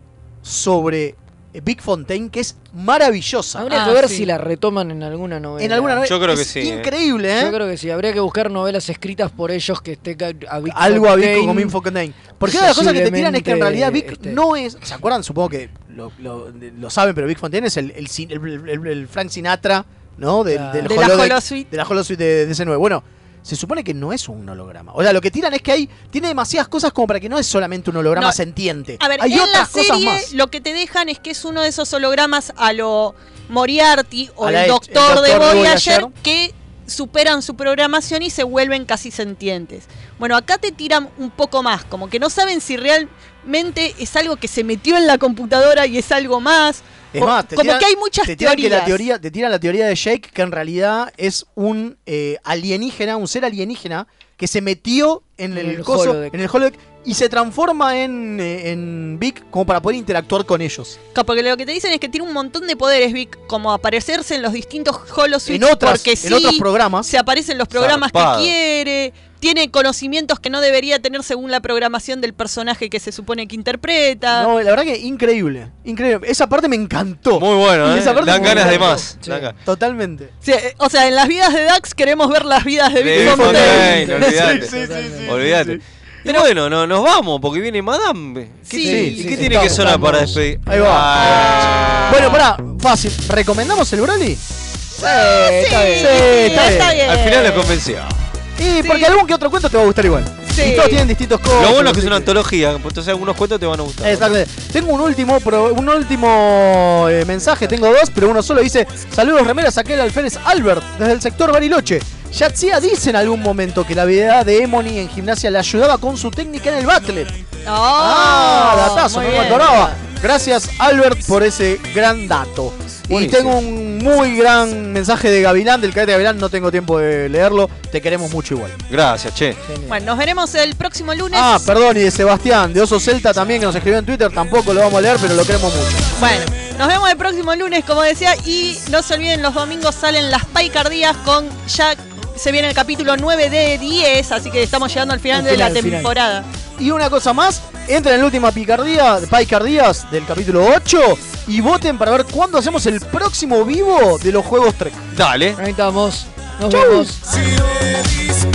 S4: sobre eh, Big Fontaine que es maravillosa.
S2: Habría
S1: Ah,
S2: que ver si la retoman en alguna novela.
S4: En alguna novela.
S3: Yo creo que
S4: Es
S3: sí, ¿eh?
S4: Increíble, ¿eh?
S2: Yo creo que sí. Habría que buscar novelas escritas por ellos que esté ca- a Vic
S4: algo a Vic
S2: Fontaine.
S4: como Infocontain. Porque una de las cosas que te tiran es que en realidad Vic
S1: este
S2: Posiblemente,
S4: no es. ¿Se acuerdan? Supongo que lo, lo- lo saben, pero Vic Fontaine es el, el sin- el- el- el Frank Sinatra, ¿no? Del, del
S1: De la
S4: holodeck-
S1: holosuite.
S4: De la holosuite de, de ese nuevo. Bueno, se supone que no es un holograma. O sea, lo que tiran es que hay. Tiene demasiadas cosas como para que no es solamente un holograma
S1: No.
S4: sentiente.
S1: A ver,
S4: hay
S1: en
S4: otras
S1: la serie
S4: cosas más.
S1: lo que te dejan es que es uno de esos hologramas a lo Moriarty o
S4: A
S1: el,
S4: la- el
S1: doctor de
S4: Doctor de
S1: Voyager,
S4: Voyager.
S1: que superan su programación y se vuelven casi sentientes. Bueno, acá te tiran un poco más, como que no saben si realmente es algo que se metió en la computadora y es algo más.
S4: Es
S1: O-
S4: más, te
S1: como
S4: tiran-
S1: que hay muchas
S4: te tiran
S1: teorías.
S4: que la teoría, te tiran la teoría de Jake, que en realidad es un eh, alienígena, un ser alienígena, que se metió en el,
S2: el
S4: coso,
S2: holodeck.
S4: en el holodeck, y se transforma en, eh, en Vic como para poder interactuar con ellos.
S1: Claro, Porque lo que te dicen es que tiene un montón de poderes, Vic, como aparecerse en los distintos holosuites.
S4: En otras-
S1: porque
S4: en
S1: sí,
S4: otros programas.
S1: Se aparecen los programas
S4: Zarpado.
S1: que quiere. Tiene conocimientos que no debería tener según la programación del personaje que se supone que interpreta.
S4: No, la verdad que increíble, increíble. Esa parte me encantó.
S3: Muy bueno,
S4: Y
S3: ¿eh?
S4: esa parte
S3: Dan
S4: me
S3: ganas de
S4: encantó.
S3: más.
S4: Sí,
S3: Dan ganas.
S4: totalmente.
S1: Sí, eh, o sea, en las vidas de Dax queremos ver las vidas de Vic
S3: De
S1: Fontaine.
S3: Fontaine, olvidate.
S4: Sí, sí, sí, sí,
S3: olvidate. Y bueno, no, nos vamos porque viene Madame. ¿Qué,
S4: Sí,
S3: tiene-
S4: sí,
S3: ¿qué
S4: sí,
S3: tiene que
S4: estamos,
S3: sonar para
S4: estamos.
S3: despedir?
S4: Ahí va.
S3: Ah.
S4: Bueno, pará, fácil. ¿Recomendamos el Broly? Sí,
S1: Ah, está
S4: bien. Sí, está bien.
S3: Al final lo convenció.
S4: Y porque algún que otro cuento te va a gustar igual. Y todos tienen distintos cosas.
S3: Lo bueno es que es
S4: así
S3: una antología, entonces algunos cuentos te van a gustar.
S4: Exactamente. Tengo un último pro- un último eh, mensaje, tengo dos, pero uno solo dice: Saludos remeras, aquel alférez Albert, desde el sector Bariloche. Yatzia dice en algún momento que la habilidad de Emoni en gimnasia le ayudaba con su técnica en el battle. ah, datazo,
S1: muy
S4: no me
S1: bien.
S4: acordaba. Gracias, Albert, por ese gran dato. Y
S1: Buenísimo.
S4: tengo un muy gran mensaje de Gavilán, del cadete Gavilán, no tengo tiempo de leerlo. Te queremos mucho igual.
S3: Gracias, che.
S20: Bueno, nos veremos el próximo lunes.
S4: Ah, perdón, y de Sebastián, de Oso Celta también, que nos escribió en Twitter, tampoco lo vamos a leer, pero lo queremos mucho.
S20: Bueno,
S1: Nos vemos el próximo lunes, como decía, y no se olviden, los domingos salen las paicardías con Jack. Se viene el capítulo 9 de 10, así que estamos llegando al final,
S4: El final,
S1: de la
S4: el final.
S1: temporada.
S4: Y una cosa más, entren en la última picardía, picardías del capítulo 8 y voten para ver cuándo hacemos el próximo vivo de los juegos Trek.
S3: Dale.
S2: Ahí estamos. Nos
S4: Chau.
S2: vemos.
S21: Si le dices